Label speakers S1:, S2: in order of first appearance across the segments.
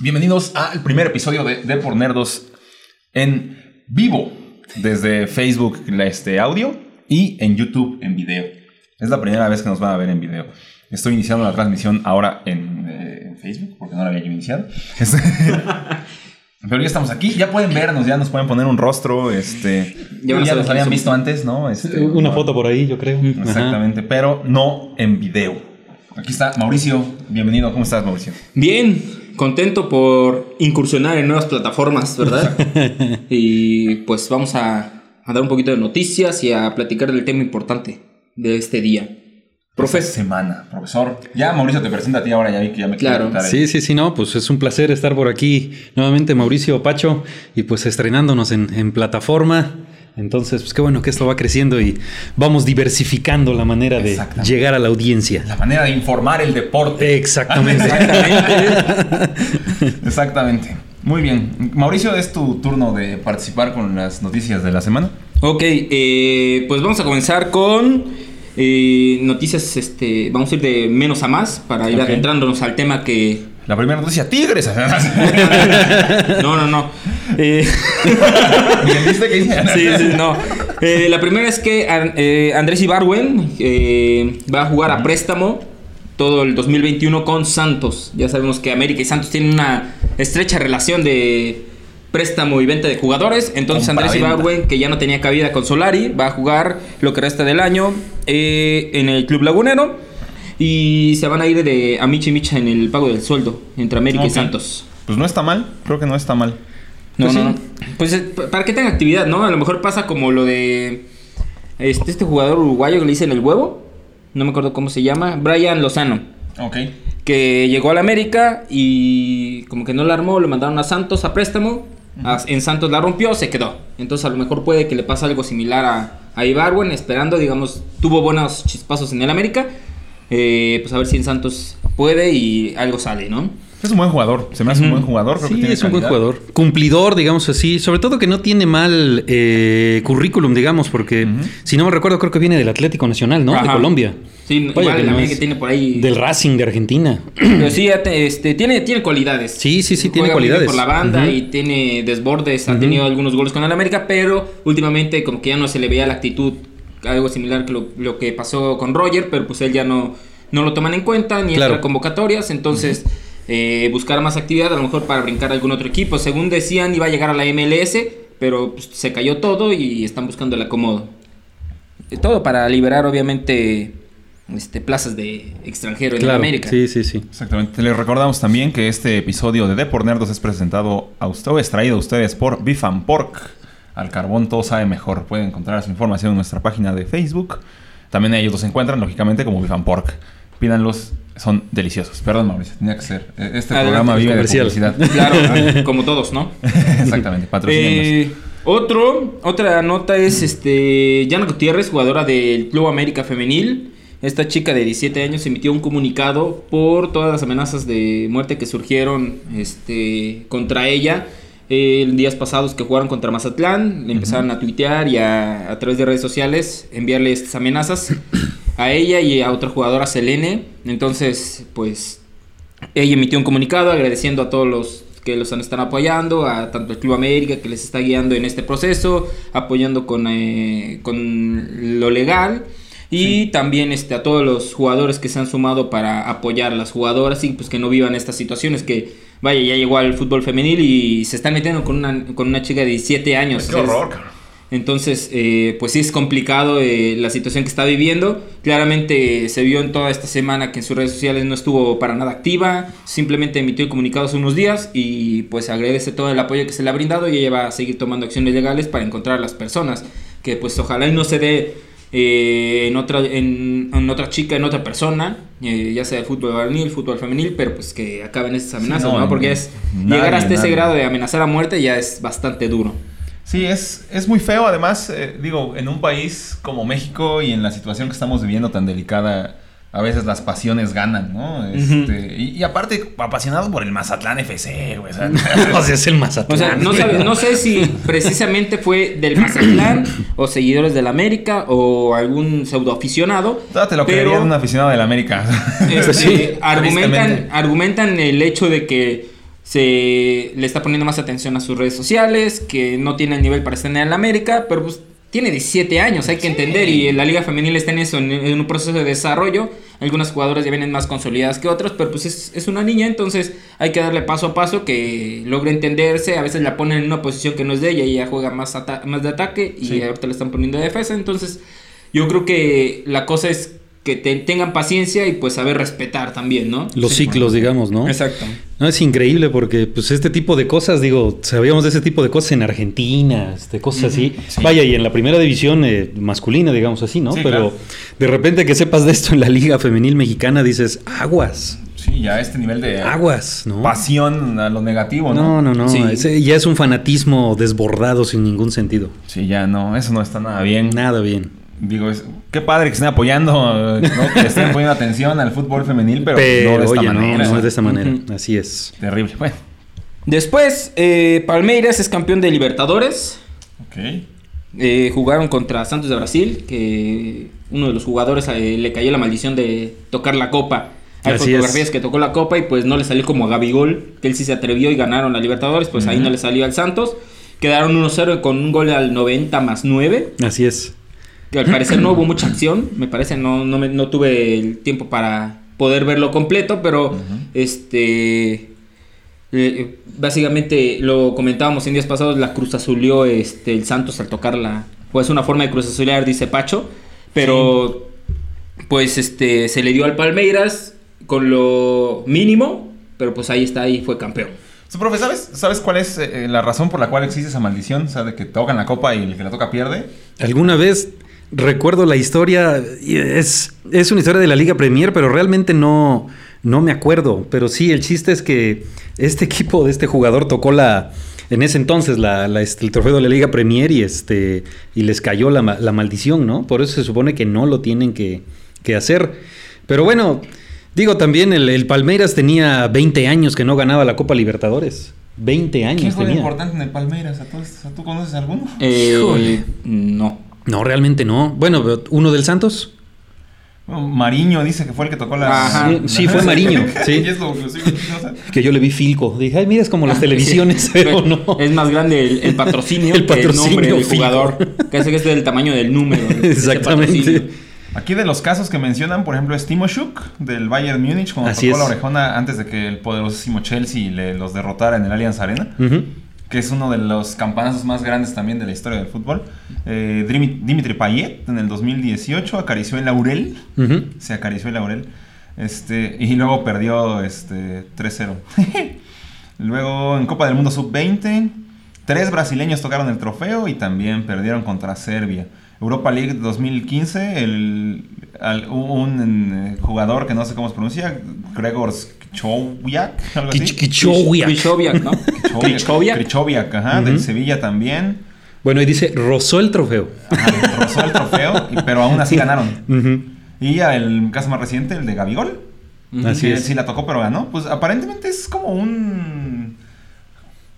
S1: Bienvenidos al primer episodio de, de Por Nerdos en vivo desde Facebook este audio y en YouTube en video. Es la primera vez que nos van a ver en video. Estoy iniciando la transmisión ahora en, eh, en Facebook porque no la había yo iniciado. Este, Pero ya estamos aquí, ya pueden vernos, ya nos pueden poner un rostro, este, ya,
S2: Ya van a saber
S1: nos habían
S2: quiénes
S1: visto antes, ¿no? Este,
S3: Una
S1: no,
S3: foto por ahí, yo creo.
S2: Mm. Ajá.
S1: Exactamente, pero no en video. Aquí está Mauricio, bienvenido, ¿cómo estás Mauricio?
S2: Bien, contento por incursionar en nuevas plataformas, ¿verdad? y pues vamos a, a dar un poquito de noticias y a platicar del tema importante de este día.
S1: Esta
S2: Profe,
S1: semana, profesor. Ya Mauricio te presenta a ti ahora, ya vi que ya me quiere
S2: Claro.
S1: quitar el-
S3: Sí, sí, sí, no, pues es un placer estar por aquí nuevamente Mauricio Pacho y pues estrenándonos en, en plataforma. Entonces, pues qué bueno que esto va creciendo y vamos diversificando la manera de
S1: Exactamente.
S3: llegar a la audiencia.
S1: La manera de informar el deporte.
S3: Exactamente.
S1: Exactamente. Exactamente. Muy bien. Mauricio, es tu turno de participar con las noticias de la semana.
S2: ok, eh, pues vamos a comenzar con eh, noticias, este, vamos a ir de menos a más para ir
S1: Ok.
S2: adentrándonos al tema que...
S1: La primera noticia, Tigres.
S2: No, no, no. Eh,
S1: ¿Entendiste qué hice?
S2: Sí, sí, no. Eh, la primera es que An- eh, Andrés Ibarwen eh, va a jugar a préstamo todo el 2021 con Santos. Ya sabemos que América y Santos tienen una estrecha relación de préstamo y venta de jugadores. Entonces Andrés
S1: Compra-venta.
S2: Ibarwen, que ya no tenía cabida con Solari, va a jugar lo que resta del año eh, en el Club Lagunero. Y se van a ir de a Michi Micha en el pago del sueldo entre América
S1: Ok.
S2: y Santos.
S1: Pues no está mal, creo que no está mal.
S2: No,
S1: Pues
S2: no,
S1: sí.
S2: no. Pues eh, pa- para que tenga actividad, ¿no? A lo mejor pasa como lo de este, este jugador uruguayo que le dicen el huevo. No me acuerdo cómo se llama. Brian Lozano.
S1: Ok.
S2: Que llegó al América y como que no la armó, lo mandaron a Santos a préstamo. a- en Santos la rompió, se quedó. Entonces a lo mejor puede que le pase algo similar a, a Ibarwen, esperando, digamos, tuvo buenos chispazos en el América. Eh, pues a ver si en Santos puede y algo sale, ¿no?
S1: Es un buen jugador. Se me hace un buen jugador. Creo que
S3: Sí,
S1: tiene
S3: es un buen
S1: calidad.
S3: jugador. Cumplidor, digamos así. Sobre todo que no tiene mal eh, currículum, digamos, porque
S1: Ujú.
S3: si no me recuerdo, creo que viene del Atlético Nacional, ¿no? De
S2: Ajá.
S3: Colombia.
S2: Sí,
S3: Vaya
S2: igual
S3: que
S2: el
S3: no
S2: América
S3: es-
S2: tiene por ahí.
S3: Del Racing de Argentina.
S2: Pero sí, ya te- este, tiene, tiene cualidades.
S3: Sí, sí, sí, tiene
S2: Juega muy bien
S3: cualidades.
S2: Por la banda
S3: Ujú.
S2: y tiene desbordes, ha tenido algunos goles con el América, pero últimamente como que ya no se le veía la actitud, algo similar que lo, lo que pasó con Roger, pero pues él ya no, no lo toman en cuenta, ni
S3: Claro.
S2: entra a convocatorias, entonces eh, buscar más actividad, a lo mejor para brincar a algún otro equipo. Según decían, iba a llegar a la MLS, pero pues, se cayó todo y están buscando el acomodo. Eh, Todo para liberar, obviamente, este, plazas de extranjero en el
S3: Claro.
S2: América.
S3: Sí, sí, sí.
S1: Exactamente. Les recordamos también que este episodio de Depor Nerdos es presentado a usted, o es traído a ustedes por Beef and Pork. Al carbón todo sabe mejor. Pueden encontrar su información en nuestra página de Facebook. También ellos los encuentran, lógicamente, como Beef and Pork. Pídanlos, son deliciosos. Perdón, Mauricio, tenía que ser. Eh, Este
S2: Adelante,
S1: programa vive de
S3: comercial.
S1: publicidad.
S2: Claro, ah, como todos, ¿no?
S1: Exactamente, patrocínenos.
S2: Eh, otro, otra nota es este Yana Gutiérrez, jugadora del Club América Femenil. Esta chica de 17 años emitió un comunicado por todas las amenazas de muerte que surgieron este, contra ella. eh, días pasados que jugaron contra Mazatlán, le empezaron a tuitear y a, a través de redes sociales enviarle estas amenazas a ella y a otra jugadora, Selene. Entonces, pues ella emitió un comunicado agradeciendo a todos los que los han están apoyando, a tanto el Club América que les está guiando en este proceso, apoyando con, eh, con lo legal y también este, a todos los jugadores que se han sumado para apoyar a las jugadoras y pues que no vivan estas situaciones que vaya, ya llegó al fútbol femenil y se están metiendo con una, con una chica de 17 años.
S1: ¡Qué
S2: O sea, es-
S1: horror, cabrón!
S2: entonces, eh, pues sí es complicado eh, la situación que está viviendo. Claramente eh, se vio en toda esta semana que en sus redes sociales no estuvo para nada activa, simplemente emitió el comunicado hace unos días y pues agradece todo el apoyo que se le ha brindado y ella va a seguir tomando acciones legales para encontrar a las personas. Que pues ojalá y no se dé eh, en, otra, en, en otra chica, en otra persona, eh, ya sea el fútbol varonil, fútbol femenil, pero pues que acaben estas amenazas,
S1: no,
S2: ¿no? Porque es
S1: nadie,
S2: llegar hasta ese
S1: nadie.
S2: grado de amenazar a muerte ya es bastante duro.
S1: Sí, es, es muy feo. Además, eh, digo, en un país como México y en la situación que estamos viviendo tan delicada, a veces las pasiones ganan, ¿no? Este, y, y aparte, apasionado por el Mazatlán FC, güey. o sea,
S3: o sea, es el
S2: O
S3: Mazatlán.
S2: sea, no, sabe- no sé si precisamente fue del Mazatlán o seguidores del América o algún pseudo aficionado.
S1: Todo te lo creería de un aficionado del América.
S2: este,
S3: Pues Sí,
S2: argumentan,
S1: tristemente.
S2: argumentan el hecho de que se le está poniendo más atención a sus redes sociales, que no tiene el nivel para estar en el América, pero pues tiene 17 años, hay que entender, y la liga femenil está en eso, en, en un proceso de desarrollo, algunas jugadoras ya vienen más consolidadas que otras, pero pues es, es una niña, entonces hay que darle paso a paso que logre entenderse, a veces la ponen en una posición que no es de ella, y ella juega más, ata- más de ataque y
S3: Sí.
S2: ahorita le están poniendo de defensa, entonces yo creo que la cosa es que te- tengan paciencia y pues saber respetar también, ¿no?
S3: Los
S2: Sí.
S3: ciclos, digamos, ¿no?
S2: Exacto.
S3: No, es increíble porque pues este tipo de cosas, digo, sabíamos de ese tipo de cosas en Argentina, este, cosas así. Vaya, y en la primera división eh, masculina, digamos así, ¿no?
S1: Sí,
S3: Pero
S1: claro.
S3: de repente que sepas de esto en la Liga Femenil Mexicana, dices, aguas,
S1: Sí, ya este nivel de
S3: aguas, ¿no?
S1: pasión a lo negativo, ¿no?
S3: No, no, no,
S2: Sí.
S3: ese ya es un fanatismo desbordado sin ningún sentido.
S1: Sí, ya no, eso no está nada bien.
S3: Nada bien.
S1: Digo, es- qué padre que estén apoyando, eh, ¿no? que le estén poniendo atención al fútbol femenil, pero, no de esta
S3: oye,
S1: manera.
S3: no, no es de esta manera.
S2: Ujú.
S3: Así es.
S1: Terrible. Bueno,
S2: Después, eh, Palmeiras es campeón de Libertadores.
S1: ok.
S2: Eh, jugaron contra Santos de Brasil, que uno de los jugadores eh, le cayó la maldición de tocar la copa. Hay
S3: Así
S2: fotografías
S3: es.
S2: que tocó la copa y pues no le salió como a Gabigol, que él sí se atrevió y ganaron la Libertadores, pues ahí no le salió al Santos. Quedaron 1-0 con un gol al 90 más 9,
S3: Así es.
S2: que al parecer no hubo mucha acción, me parece, no, no, me- no tuve el tiempo para poder verlo completo, pero este... eh, Básicamente lo comentábamos en días pasados, la Cruz Azulió este, el Santos al tocarla. Pues una forma de Cruz Azulear, dice Pacho. Pero pues este se le dio al Palmeiras con lo mínimo, pero pues ahí está, ahí fue campeón.
S1: So, profe, ¿sabes, ¿sabes cuál es eh, la razón por la cual existe esa maldición? O sea, de que tocan la copa y el que la toca pierde.
S3: Alguna vez recuerdo la historia, y es, es una historia de la Liga Premier, pero realmente no, no me acuerdo. Pero sí, el chiste es que este equipo de este jugador tocó la, en ese entonces, la, la- este, el trofeo de la Liga Premier y, este, y les cayó la, ma- la maldición, ¿no? Por eso se supone que no lo tienen que, que hacer. Pero bueno, digo también, el, el Palmeiras tenía 20 años que no ganaba la Copa Libertadores. 20
S1: ¿Quién
S3: años
S1: es
S3: tenía. Eh,
S1: importante en el Palmeiras? ¿A todos estos? ¿A ¿Tú conoces alguno?
S3: Híjole.
S2: no.
S3: No, realmente no. Bueno, pero uno del Santos.
S1: Bueno, Mariño dice que fue el que tocó la.
S2: Ajá. Sí,
S3: sí, fue Mariño, sí.
S1: y es lo que sigo diciendo, o sea,
S3: que yo le vi Filco. Dije, ay, mira, es como las televisiones,
S2: Ah, Sí,
S3: pero no.
S2: Es más grande el, el patrocinio
S3: El
S2: que el
S3: patrocinio
S2: nombre del
S3: fijo.
S2: jugador. Casi que es del tamaño del número. ese
S3: Exactamente.
S2: patrocinio.
S1: Aquí de los casos que mencionan, por ejemplo, es Timo Schuck del Bayern Múnich, cuando
S3: Así
S1: tocó la
S3: es.
S1: orejona antes de que el poderosísimo Chelsea le- los derrotara en el Allianz Arena,
S3: Ujú.
S1: que es uno de los campanazos más grandes también de la historia del fútbol. Eh, Dimi- Dimitri Payet en el 2018 acarició el laurel,
S3: Ujú.
S1: se acarició el laurel, este, y luego perdió este, 3-0. luego en Copa del Mundo Sub-20, tres brasileños tocaron el trofeo y también perdieron contra Serbia. Europa League 2015, el, al- un eh, jugador que no sé cómo se pronuncia, Gregor Kchowiak, algo así.
S3: Kich- Kichowiak.
S2: Kichowiak, ¿no?
S1: Krichowiak. Krichowiak, ajá, del Sevilla también.
S3: Bueno, y dice, rozó el trofeo.
S1: Ajá, rozó el trofeo, y- pero aún así ganaron.
S3: Ujú.
S1: Y el caso más reciente, el de Gabigol,
S2: Ujú.
S3: Así
S1: Sí,
S3: es.
S1: sí la tocó, pero ganó. Pues aparentemente es como un.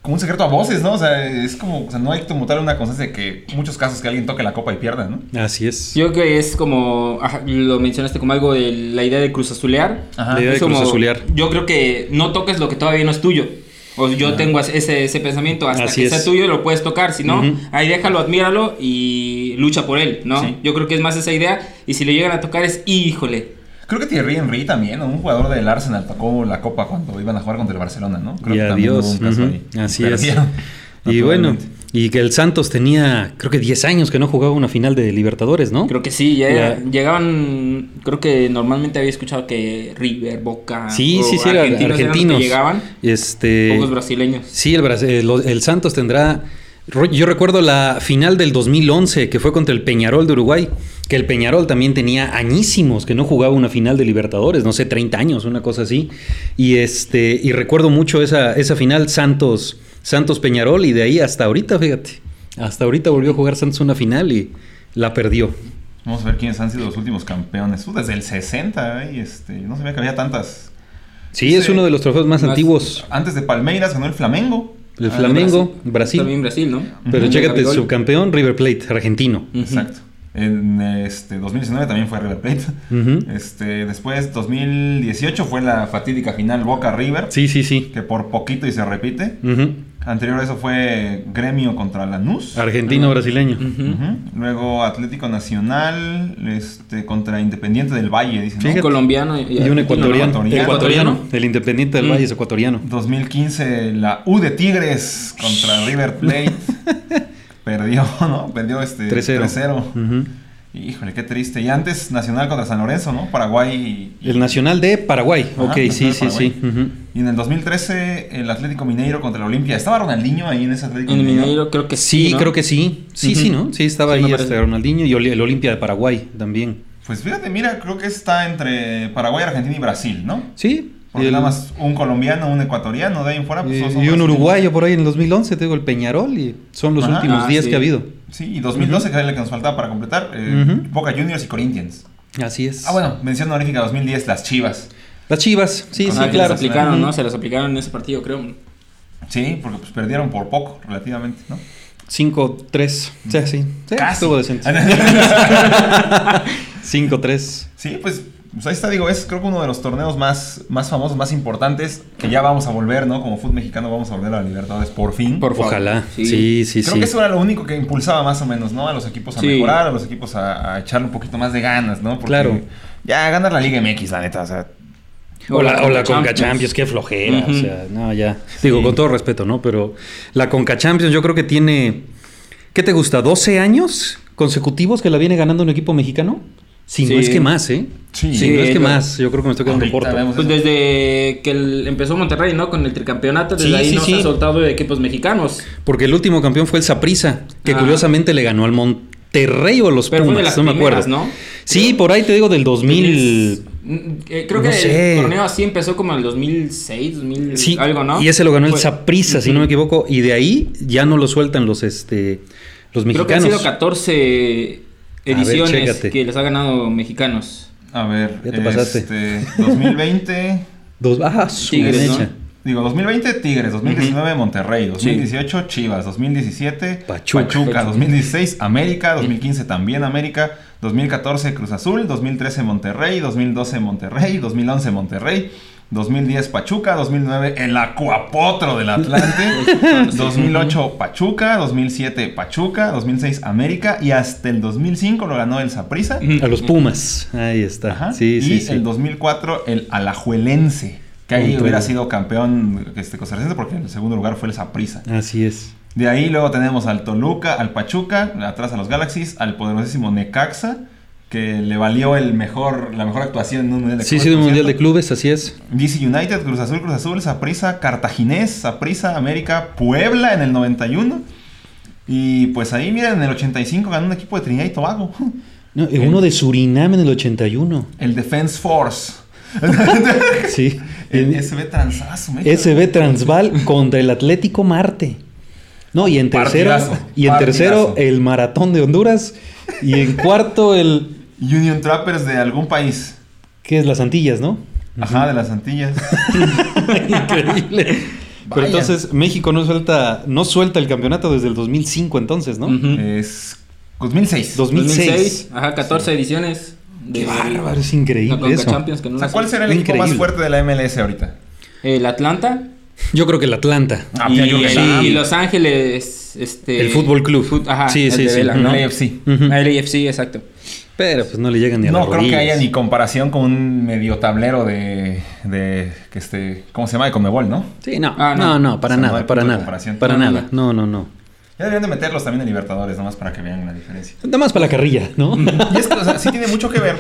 S1: Como un secreto a voces, ¿no? O sea, es como. O sea, no hay como tal una constancia de que muchos casos que alguien toque la copa y pierda, ¿no?
S3: Así es.
S2: Yo creo que es como, ajá, lo mencionaste como algo de la idea de Cruz Azulear.
S1: Ajá.
S3: Ah, La idea de
S2: Es como,
S3: cruzazulear.
S2: Yo creo que no toques lo que todavía no es tuyo. O yo tengo ese, ese pensamiento, hasta
S3: Ah. Así
S2: que
S3: es.
S2: sea tuyo lo puedes tocar, si no,
S3: Ujú.
S2: ahí déjalo, admíralo y lucha por él, ¿no?
S1: Sí.
S2: Yo creo que es más esa idea y si le llegan a tocar es, híjole,
S1: Creo que Thierry Henry también, ¿no? un jugador del Arsenal, tocó la copa cuando iban a jugar contra el Barcelona, ¿no? Creo
S3: y
S1: que también
S3: adiós.
S1: hubo un caso
S3: Ujú.
S1: ahí.
S3: Así
S1: Perdieron,
S3: es. Y bueno,
S1: naturalmente.
S3: y que el Santos tenía, creo que 10 años que no jugaba una final de Libertadores, ¿no?
S2: creo que sí, ya
S3: Ya.
S2: llegaban, creo que normalmente había escuchado que River, Boca,
S3: Sí,
S2: o
S3: sí, sí, eran
S2: eran los que
S3: argentinos.
S2: llegaban,
S3: Este,
S2: pocos brasileños.
S3: Sí, el, Bras- eh, lo- el Santos tendrá. ro- Yo recuerdo la final del 2011, que fue contra el Peñarol de Uruguay, que el Peñarol también tenía añísimos, que no jugaba una final de Libertadores, no sé, 30 años, una cosa así. Y este y recuerdo mucho esa, esa final Santos, Santos Peñarol, y de ahí hasta ahorita, fíjate, hasta ahorita volvió a jugar Santos una final y la perdió.
S1: Vamos a ver quiénes han sido los últimos campeones. Uh, desde el 60, y este, yo no sabía que había tantas.
S3: Sí,
S1: Sí.
S3: es uno de los trofeos más,
S2: Más-
S3: antiguos.
S1: Antes de Palmeiras ganó el Flamengo.
S3: El
S1: Ah,
S3: Flamengo, Brasil.
S2: También Brasil, ¿no?
S3: Pero
S2: Ujú.
S3: chécate,
S2: Gabigol.
S3: subcampeón River Plate, argentino.
S2: Ujú.
S1: Exacto. En este 2019 también fue River Plate.
S3: Ujú.
S1: Este, después 2018 fue la fatídica final Boca River,
S3: Sí, sí, sí.
S1: que por poquito y se repite.
S3: Ujú.
S1: Anterior a eso fue Gremio contra Lanús.
S3: Argentino-brasileño.
S2: Ujú.
S1: Ah. Ujú. Luego Atlético Nacional este, contra Independiente del Valle, dicen. ¿no?
S2: Un
S3: Fíjate.
S2: colombiano y,
S3: Y un ecuatoriano.
S1: ecuatoriano.
S2: Ecuatoriano.
S3: El Independiente del
S2: Mm.
S3: Valle es ecuatoriano.
S1: 2015 la U de Tigres contra River Plate. Perdió, ¿no? Perdió este
S3: 3-0.
S1: 3-0.
S3: Ujú.
S1: Híjole, qué triste. Y antes Nacional contra San Lorenzo, ¿no? Paraguay. y-
S3: El Nacional de Paraguay.
S1: Ajá,
S3: ok, sí, sí,
S1: Nacional de
S3: sí. Ujú.
S1: Y en el 2013 el Atlético Mineiro contra el Olimpia. ¿Estaba Ronaldinho ahí en ese Atlético
S2: En Mineiro creo que sí.
S3: Sí,
S2: ¿no?
S3: creo que sí. Sí,
S2: Ujú.
S3: sí, ¿no? Sí, estaba
S2: Sí, me
S3: ahí
S2: parece.
S3: este Ronaldinho y Oli- el Olimpia de Paraguay también.
S1: Pues fíjate, mira, creo que está entre Paraguay, Argentina y Brasil, ¿no?
S3: Sí.
S1: Porque
S3: y el-
S1: nada más un colombiano, un ecuatoriano, de ahí en fuera.
S3: y-
S1: Pues, todos son
S3: y un
S1: brasileños.
S3: uruguayo por ahí en el 2011, te digo, el Peñarol, y son los
S1: Ajá.
S3: últimos
S2: Ah,
S3: 10
S2: sí.
S3: que ha habido.
S1: Sí, y 2012, que era la que nos faltaba para completar. eh,
S3: Ujú.
S1: Boca Juniors y Corinthians.
S3: Así es.
S1: Ah, bueno, mención honorífica 2010, las Chivas.
S3: Las Chivas, sí,
S2: Ah,
S3: sí,
S2: que les
S3: claro.
S2: aplicaron,
S3: Ujú.
S2: ¿no? Se los aplicaron en ese partido, creo.
S1: Sí, porque pues perdieron por poco, relativamente, ¿no?
S3: 5-3. Sí, sí. sí Estuvo decente. 5-3.
S1: sí, pues, pues ahí está, digo, es creo que uno de los torneos más, más famosos, más importantes, que ya vamos a volver, ¿no? Como fútbol mexicano vamos a volver a la Libertadores por fin.
S2: Por favor.
S3: Ojalá.
S2: Sí.
S3: Sí, sí, sí.
S1: creo que eso era lo único que impulsaba más o menos, ¿no? A los equipos a
S2: Sí.
S1: mejorar, a los equipos a, a echarle un poquito más de ganas, ¿no? Porque
S3: Claro.
S1: Ya ganar la Liga MX, la neta, o sea,
S3: O la, o la Conca
S2: Champions.
S3: Champions, qué flojera.
S2: Ujú.
S3: O sea, no, ya. Digo, con todo respeto, ¿no? Pero la Conca Champions yo creo que tiene. ¿Qué te gusta? ¿12 años consecutivos que la viene ganando un equipo mexicano? Si
S2: Sí.
S3: no es que más, ¿eh?
S1: Sí.
S3: Si no es
S2: Sí,
S3: que
S2: yo-
S3: más. Yo creo que me estoy quedando
S1: Ahorita
S3: corto.
S1: vemos.
S2: Pues desde que el- empezó Monterrey, ¿no? Con el tricampeonato, desde
S3: Sí,
S2: ahí
S3: sí,
S2: no se
S3: sí.
S2: ha soltado de equipos mexicanos.
S3: Porque el último campeón fue el Saprissa, que
S2: Ah.
S3: curiosamente le ganó al Monterrey o a los
S2: Pero fue de
S3: Pumas,
S2: las
S3: no me
S2: primeras,
S3: acuerdo.
S2: ¿no?
S3: Sí, por ahí te digo del 2000.
S2: Mm, eh, creo
S3: No
S2: que
S3: sé.
S2: el torneo así empezó como en el 2006, 2000,
S3: Sí,
S2: algo, ¿no?
S3: Y ese lo ganó el
S2: Fue-
S3: Saprissa, si no me equivoco, y de ahí ya no lo sueltan los este los
S2: Creo que han
S3: mexicanos.
S2: sido 14
S3: ver,
S2: ediciones
S3: chécate.
S2: que les ha ganado mexicanos.
S1: a ver,
S3: Ya te pasaste.
S1: este, 2020...
S3: Dos ah, su
S2: Tigres,
S3: mecha.
S1: Digo, 2020 Tigres, 2019 Monterrey, 2018 Chivas, 2017
S3: Pachuca.
S1: Pachuca,
S2: Pachuca.
S1: 2016 América, 2015 también América, 2014 Cruz Azul, 2013 Monterrey, 2012 Monterrey, 2011 Monterrey, 2010 Pachuca, 2009 el Acuapotro del Atlante, 2008 Pachuca, 2007 Pachuca, 2006 América y hasta el 2005 lo ganó el Saprissa.
S3: A los Pumas. Ahí está.
S1: Ajá.
S3: Sí,
S1: y
S3: sí, sí.
S1: el 2004 el Alajuelense, que ahí
S3: Punto.
S1: hubiera sido campeón este, costarricense porque en el segundo lugar fue el Saprissa.
S3: Así es.
S1: De ahí luego tenemos al Toluca, al Pachuca, atrás a los Galaxies, al poderosísimo Necaxa, que le valió el mejor, la mejor actuación en un Mundial de
S3: Sí,
S1: Clubes,
S3: sí, de un
S1: por
S3: mundial de
S1: cierto.
S3: clubes, así es.
S1: DC United, Cruz Azul, Cruz Azul, Saprissa, Cartaginés, Saprissa, América, Puebla en el 91. Y pues ahí, miren, en el 85 ganó un equipo de Trinidad y Tobago.
S3: No, y uno de Surinam en el 81.
S1: El Defense Force. Eh,
S3: Sí.
S1: El SB transazo, mecha.
S3: SB Transval contra el Atlético Marte. No, y en tercero,
S1: Partidazo,
S3: y en tercero
S1: partidazo.
S3: el Maratón de Honduras y en cuarto el
S1: Union Trappers de algún país.
S3: ¿qué es las Antillas, ¿no?
S1: Ajá, de las Antillas.
S3: Increíble. Pero
S1: Vaya.
S3: entonces México no suelta no suelta el campeonato desde el 2005 entonces, ¿no? Eh,
S2: Ujú.
S1: es 2006.
S3: 2006.
S2: Ajá, 14 ediciones.
S3: Qué
S2: de-
S3: bárbaro, es
S2: la
S3: increíble
S2: Conca
S3: eso.
S2: Champions, que no
S1: O sea,
S2: la-
S1: ¿cuál será el equipo
S3: Increíble.
S1: más fuerte de la MLS ahorita?
S2: El Atlanta.
S3: Yo creo que el Atlanta.
S1: Ah,
S2: y,
S1: mira, yo que
S2: el-
S1: sí.
S2: y Los Ángeles. Este,
S3: El Fútbol Club.
S2: fut- ajá,
S3: Sí,
S2: el
S3: sí,
S2: de
S3: sí.
S2: Vela,
S3: Ujú.
S2: ¿no?
S1: LAFC.
S3: Ujú.
S2: Ah, El AFC, exacto.
S3: Pero pues no le llegan ni a las
S1: No creo que
S3: rodillas.
S1: haya ni comparación con un medio tablero de, de que este, ¿cómo se llama? De Comebol, ¿no?
S3: Sí, no.
S2: Ah,
S3: no,
S2: no.
S3: no, para
S1: O sea, no
S3: nada,
S1: hay
S3: para
S1: punto de
S3: nada.
S1: comparación.
S3: Para
S2: No, no,
S3: nada. No, no, no.
S1: Ya deberían de meterlos también en Libertadores, nomás para que vean la diferencia.
S3: Nada más para la carrilla, ¿no?
S1: Y es que, o sea, sí tiene mucho que ver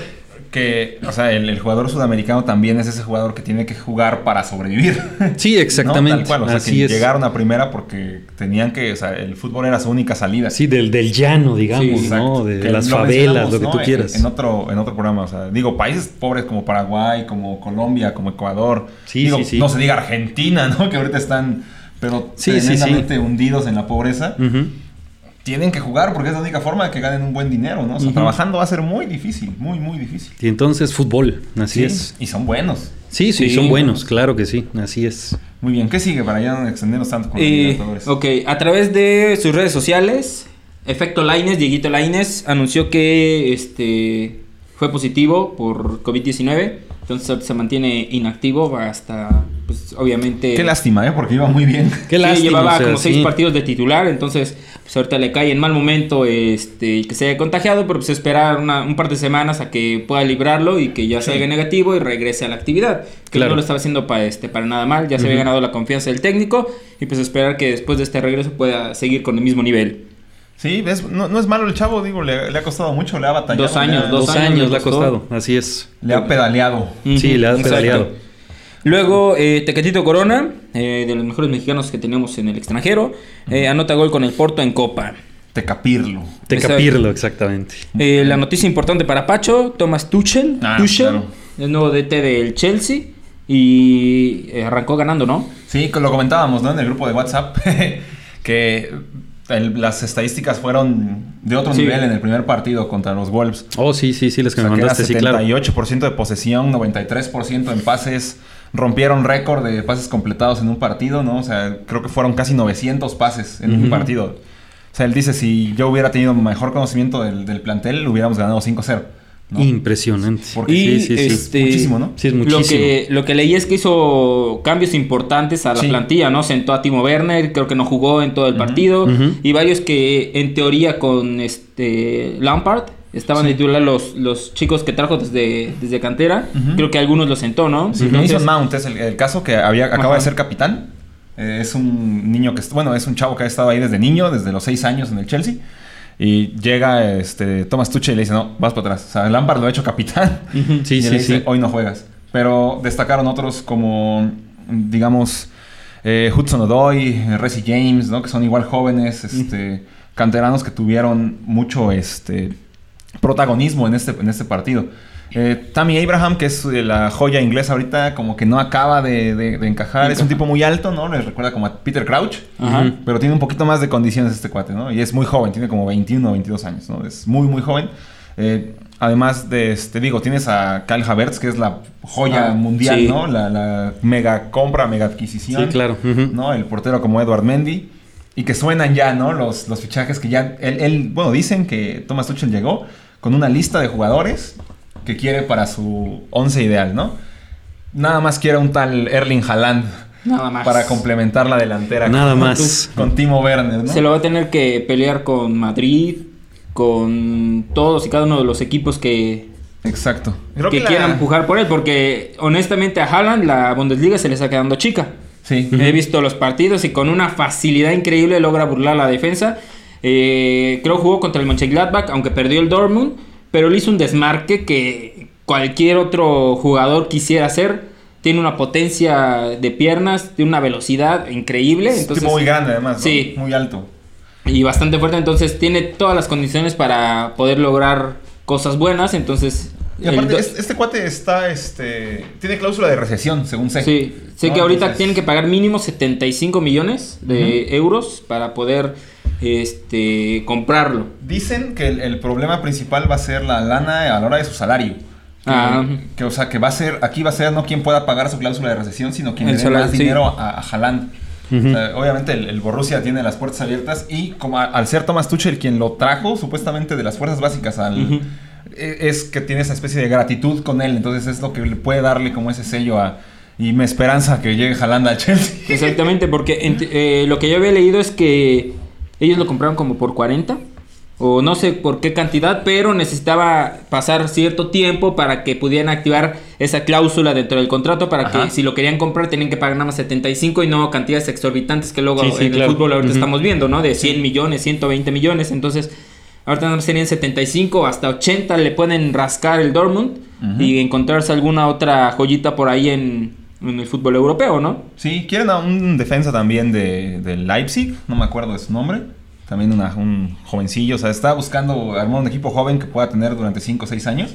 S1: que, o sea, el, el jugador sudamericano también es ese jugador que tiene que jugar para sobrevivir.
S3: Sí, exactamente.
S1: No, tal cual, o sea,
S3: Así
S1: que
S3: es.
S1: llegaron a primera porque tenían que, o sea, el fútbol era su única salida.
S3: Sí, del, del llano, digamos,
S2: Sí,
S1: Exacto.
S3: ¿no? De
S1: Que
S3: las
S1: lo
S3: favelas,
S1: mencionamos,
S3: lo que
S1: ¿no?
S3: tú
S1: en-
S3: quieras.
S1: En, otro, en otro programa, o sea, digo, países pobres como Paraguay, como Colombia, como Ecuador.
S3: Sí,
S1: digo,
S3: sí, sí.
S1: No se diga Argentina, ¿no? Que ahorita están, pero
S3: Sí, sí,
S1: tremendamente hundidos en la pobreza.
S3: Ujú.
S1: Tienen que jugar porque es la única forma de que ganen un buen dinero, ¿no? O sea,
S3: Ujú.
S1: trabajando va a ser muy difícil, muy, muy difícil.
S3: Y entonces fútbol, así es.
S1: Y son buenos.
S3: Sí, sí,
S2: Sí.
S3: son buenos, claro que sí, así es.
S1: Muy bien, ¿qué sigue para ya no extendernos tanto con los
S2: Eh,
S1: Libertadores?
S2: ok, a través de sus redes sociales Efecto Laines, Dieguito Laines, anunció que este fue positivo por COVID-19. Entonces se mantiene inactivo hasta, pues obviamente...
S1: Qué lástima, ¿eh? Porque iba muy bien.
S2: Sí,
S3: Qué lástima,
S2: llevaba
S3: o sea,
S2: como seis
S3: sí.
S2: partidos de titular, entonces pues ahorita le cae en mal momento este que se haya contagiado, pero pues esperar una- un par de semanas a que pueda librarlo y que ya salga negativo y regrese a la actividad, que
S3: Claro.
S2: no lo estaba haciendo para este para nada mal, ya se había ganado la confianza del técnico y pues esperar que después de este regreso pueda seguir con el mismo nivel.
S1: Sí, ves, no, no es malo el chavo, digo, le, le ha costado mucho, le ha batallado.
S2: Dos años,
S1: le ha-
S3: Dos,
S2: Dos años
S3: años le ha
S2: le costó.
S3: costado, así es.
S1: Le ha pedaleado.
S3: Sí, le ha
S2: Exacto.
S3: pedaleado.
S2: Luego, eh, Tecatito Corona, eh, de los mejores mexicanos que tenemos en el extranjero, eh, anota gol con el Porto en Copa.
S1: Tecapirlo.
S3: Te
S2: Exacto.
S3: capirlo, exactamente.
S2: Eh, la noticia importante para Pacho, Thomas Tuchel,
S1: Ah,
S2: Tuchel
S1: claro.
S2: el nuevo DT del Chelsea y eh, arrancó ganando, ¿no?
S1: Sí, que lo comentábamos, ¿no? En el grupo de WhatsApp, que el- las estadísticas fueron de otro
S2: Sí.
S1: nivel en el primer partido contra los Wolves.
S3: Oh, sí, sí, sí, les
S1: O
S3: que
S1: sea,
S3: me
S1: que era
S3: mandaste, sí, claro.
S1: 78% de posesión, 93% en pases. Rompieron récord de pases completados en un partido, ¿no? O sea, creo que fueron casi 900 pases en un partido. O sea, él dice, si yo hubiera tenido mejor conocimiento del, del plantel, hubiéramos ganado 5-0. ¿no?
S3: Impresionante.
S1: Porque
S2: y
S3: sí, sí, sí.
S2: este,
S1: Muchísimo, ¿no?
S3: Sí, es muchísimo.
S2: Lo que, lo que leí es que hizo cambios importantes a la
S1: Sí.
S2: plantilla, ¿no? Sentó a Timo Werner, creo que no jugó en todo el partido.
S3: ujú.
S2: Y varios que en teoría con este Lampard estaban titular los, los chicos que trajo desde, desde cantera.
S1: Ujú.
S2: Creo que algunos los sentó, ¿no?
S1: Sí,
S2: Entonces,
S1: Mason Mount es el, el caso que había, acaba
S2: Ajá.
S1: de ser capitán. Eh, es un niño que, est- bueno, es un chavo que ha estado ahí desde niño, desde los seis años en el Chelsea. Y llega este, Thomas Tuchel y le dice, no, vas para atrás. O sea, Lampard lo ha hecho capitán.
S3: Sí,
S1: y
S3: sí,
S1: le dice,
S3: sí.
S1: hoy no juegas. Pero destacaron otros como, digamos, eh, Hudson Odoy, Resi James, ¿no? Que son igual jóvenes, este, canteranos que tuvieron mucho, este, protagonismo en este, en este partido. Eh, Tammy Abraham, que es eh, la joya inglesa ahorita, como que no acaba de, de- de encajar. Es un tipo muy alto, ¿no? Les recuerda como a Peter Crouch.
S2: Ajá.
S1: Pero tiene un poquito más de condiciones este cuate, ¿no? Y es muy joven, tiene como 21 o 22 años, ¿no? Es muy, muy joven. Eh, además de, este, digo, tienes a Kyle Havertz, que es la joya
S2: Ah,
S1: mundial,
S2: sí.
S1: ¿no? La, la mega compra, mega adquisición.
S3: Sí, claro. ujú.
S1: ¿no? El portero como Edward Mendy. Y que suenan ya, ¿no? Los, los fichajes que ya. Él, él- bueno, dicen que Thomas Tuchel llegó con una lista de jugadores que quiere para su once ideal, ¿no? Nada más quiere un tal Erling Haaland
S2: Nada más.
S1: para complementar la delantera.
S3: Nada
S1: con-
S3: más.
S1: Con Timo Werner, ¿no?
S2: Se lo va a tener que pelear con Madrid, con todos y cada uno de los equipos que,
S1: Exacto. Creo
S2: que
S1: la-
S2: quieran empujar por él, porque honestamente a Haaland la Bundesliga se le está quedando chica.
S1: Sí.
S2: He visto los partidos y con una facilidad increíble logra burlar la defensa. Eh, creo jugó contra el Mönchengladbach, aunque perdió el Dortmund, pero le hizo un desmarque que cualquier otro jugador quisiera hacer. Tiene una potencia de piernas, tiene una velocidad increíble.
S1: Es un
S2: entonces-
S1: tipo muy grande, además. ¿no?
S2: Sí.
S1: Muy alto.
S2: y bastante fuerte, entonces tiene todas las condiciones para poder lograr cosas buenas, entonces...
S1: Y aparte,
S2: el do-
S1: es- este cuate está. este Tiene cláusula de recesión, según sé.
S2: sí, sé
S1: ¿no?
S2: que ahorita
S1: Entonces-
S2: tienen que pagar mínimo 75 millones de euros para poder este, comprarlo.
S1: Dicen que el, el problema principal va a ser la lana a la hora de su salario. Que,
S2: Ah.
S1: que, o sea, que va a ser, aquí va a ser no quien pueda pagar su cláusula de recesión, sino quien
S2: El
S1: le dé
S2: salario,
S1: más
S2: sí.
S1: dinero a, a Haaland. O sea, obviamente el, el Borussia tiene las puertas abiertas y como a- al ser Thomas Tuchel quien lo trajo supuestamente de las fuerzas básicas al...
S2: Ujú.
S1: e- Es que tiene esa especie de gratitud con él, entonces es lo que le puede darle como ese sello a... Y me esperanza que llegue Haaland al Chelsea.
S2: Exactamente, porque ent- eh, lo que yo había leído es que ellos lo compraron como por 40 o no sé por qué cantidad, pero necesitaba pasar cierto tiempo para que pudieran activar esa cláusula dentro del contrato para
S1: Ajá.
S2: que si lo querían comprar tenían que pagar nada más 75 y no cantidades exorbitantes que luego
S3: Sí, sí,
S2: en
S3: claro.
S2: el fútbol ahorita
S3: Ujú.
S2: estamos viendo, ¿no? De 100 millones, 120 millones, entonces ahorita nada más serían 75 hasta 80 le pueden rascar el Dortmund
S1: Ujú.
S2: y encontrarse alguna otra joyita por ahí en, en el fútbol europeo, ¿no?
S1: Sí, quieren a un defensa también de, de Leipzig, no me acuerdo de su nombre. También una- un jovencillo, o sea, está buscando armar un equipo joven que pueda tener durante 5 o 6 años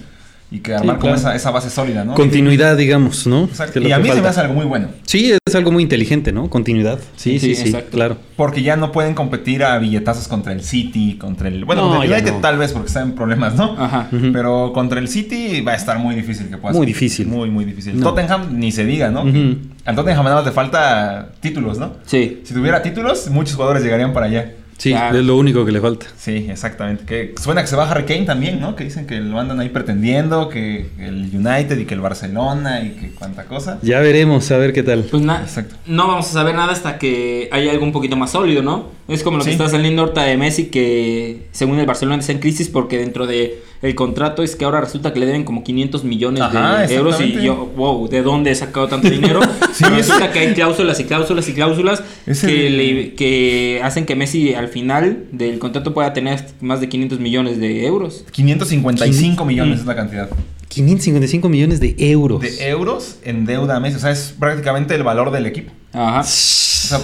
S1: y que armar como
S3: claro.
S1: esa, esa base sólida, ¿no?
S3: Continuidad, digamos, ¿no?
S1: Exacto.
S3: Que lo
S1: Y a
S3: que
S1: mí se me
S3: falta.
S1: hace algo muy bueno,
S3: Sí, es algo muy inteligente, ¿no? Continuidad.
S2: Sí,
S3: Sí, sí,
S2: sí,
S3: sí,
S2: exacto.
S3: claro.
S1: porque ya no pueden competir a billetazos contra el City, contra el... Bueno,
S3: No,
S1: contra el
S3: ya
S1: United
S3: no.
S1: tal vez porque están en problemas, ¿no?
S2: Ajá.
S3: Ujú.
S1: Pero contra el City va a estar muy difícil que pueda
S3: Muy
S1: ser.
S3: difícil.
S1: Muy, muy difícil.
S3: No.
S1: Tottenham ni se diga, ¿no?
S3: Ujú.
S1: Al Tottenham nada más le falta títulos, ¿no?
S2: Sí.
S1: Si tuviera títulos, muchos jugadores llegarían para allá.
S3: Sí,
S2: Ya.
S3: es lo único que le falta.
S1: Sí, exactamente. Que suena que se va Harry Kane también, ¿no? Que dicen que lo andan ahí pretendiendo, que el United y que el Barcelona y que cuánta cosa.
S3: Ya veremos, a ver qué tal.
S2: Pues nada,
S1: Exacto.
S2: no vamos a saber nada hasta que haya algo un poquito más sólido, ¿no? Es como lo que
S1: Sí.
S2: está saliendo ahorita de Messi, que según el Barcelona está en crisis porque dentro de el contrato es que ahora resulta que le deben como 500 millones
S1: Ajá,
S2: de euros y
S1: exactamente.
S2: yo, wow, ¿de dónde he sacado tanto dinero?
S1: Sí,
S2: Pero
S1: es-
S2: resulta que hay cláusulas y cláusulas y cláusulas
S1: Es
S2: que,
S1: el-
S2: le- que hacen que Messi al final del contrato pueda tener más de 500 millones de euros.
S1: 555 millones
S2: Mm.
S1: es la cantidad
S3: 555 millones de euros.
S1: de euros en deuda a Messi. O sea, es prácticamente el valor del equipo.
S2: Ajá.
S3: Ah,
S1: O sea,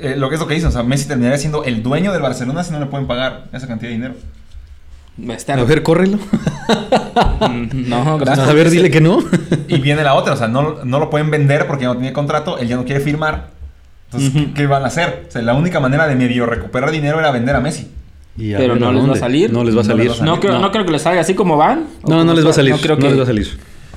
S1: eh, lo que es lo que dicen. O sea, Messi terminaría siendo el dueño del Barcelona si no le pueden pagar esa cantidad de dinero.
S2: Va a estar.
S3: A ver, córrelo.
S2: Mm, No, gracias.
S3: A ver, dile que no.
S1: Y viene la otra. O sea, no, no lo pueden vender porque ya no tiene contrato. Él ya no quiere firmar. Entonces,
S2: Ujú.
S1: ¿qué van a hacer? O sea, la única manera de medio recuperar dinero era vender a Messi.
S3: Y a
S2: Pero
S3: ver
S2: no
S3: a
S2: les va a
S3: dónde.
S2: salir.
S3: No les va a
S1: No
S3: salir.
S1: les va a salir.
S2: No creo, no.
S1: No.
S2: creo que les salga así como van. o
S3: No, no
S2: como
S3: les va a
S2: está.
S3: salir.
S2: No creo que
S3: les va a salir.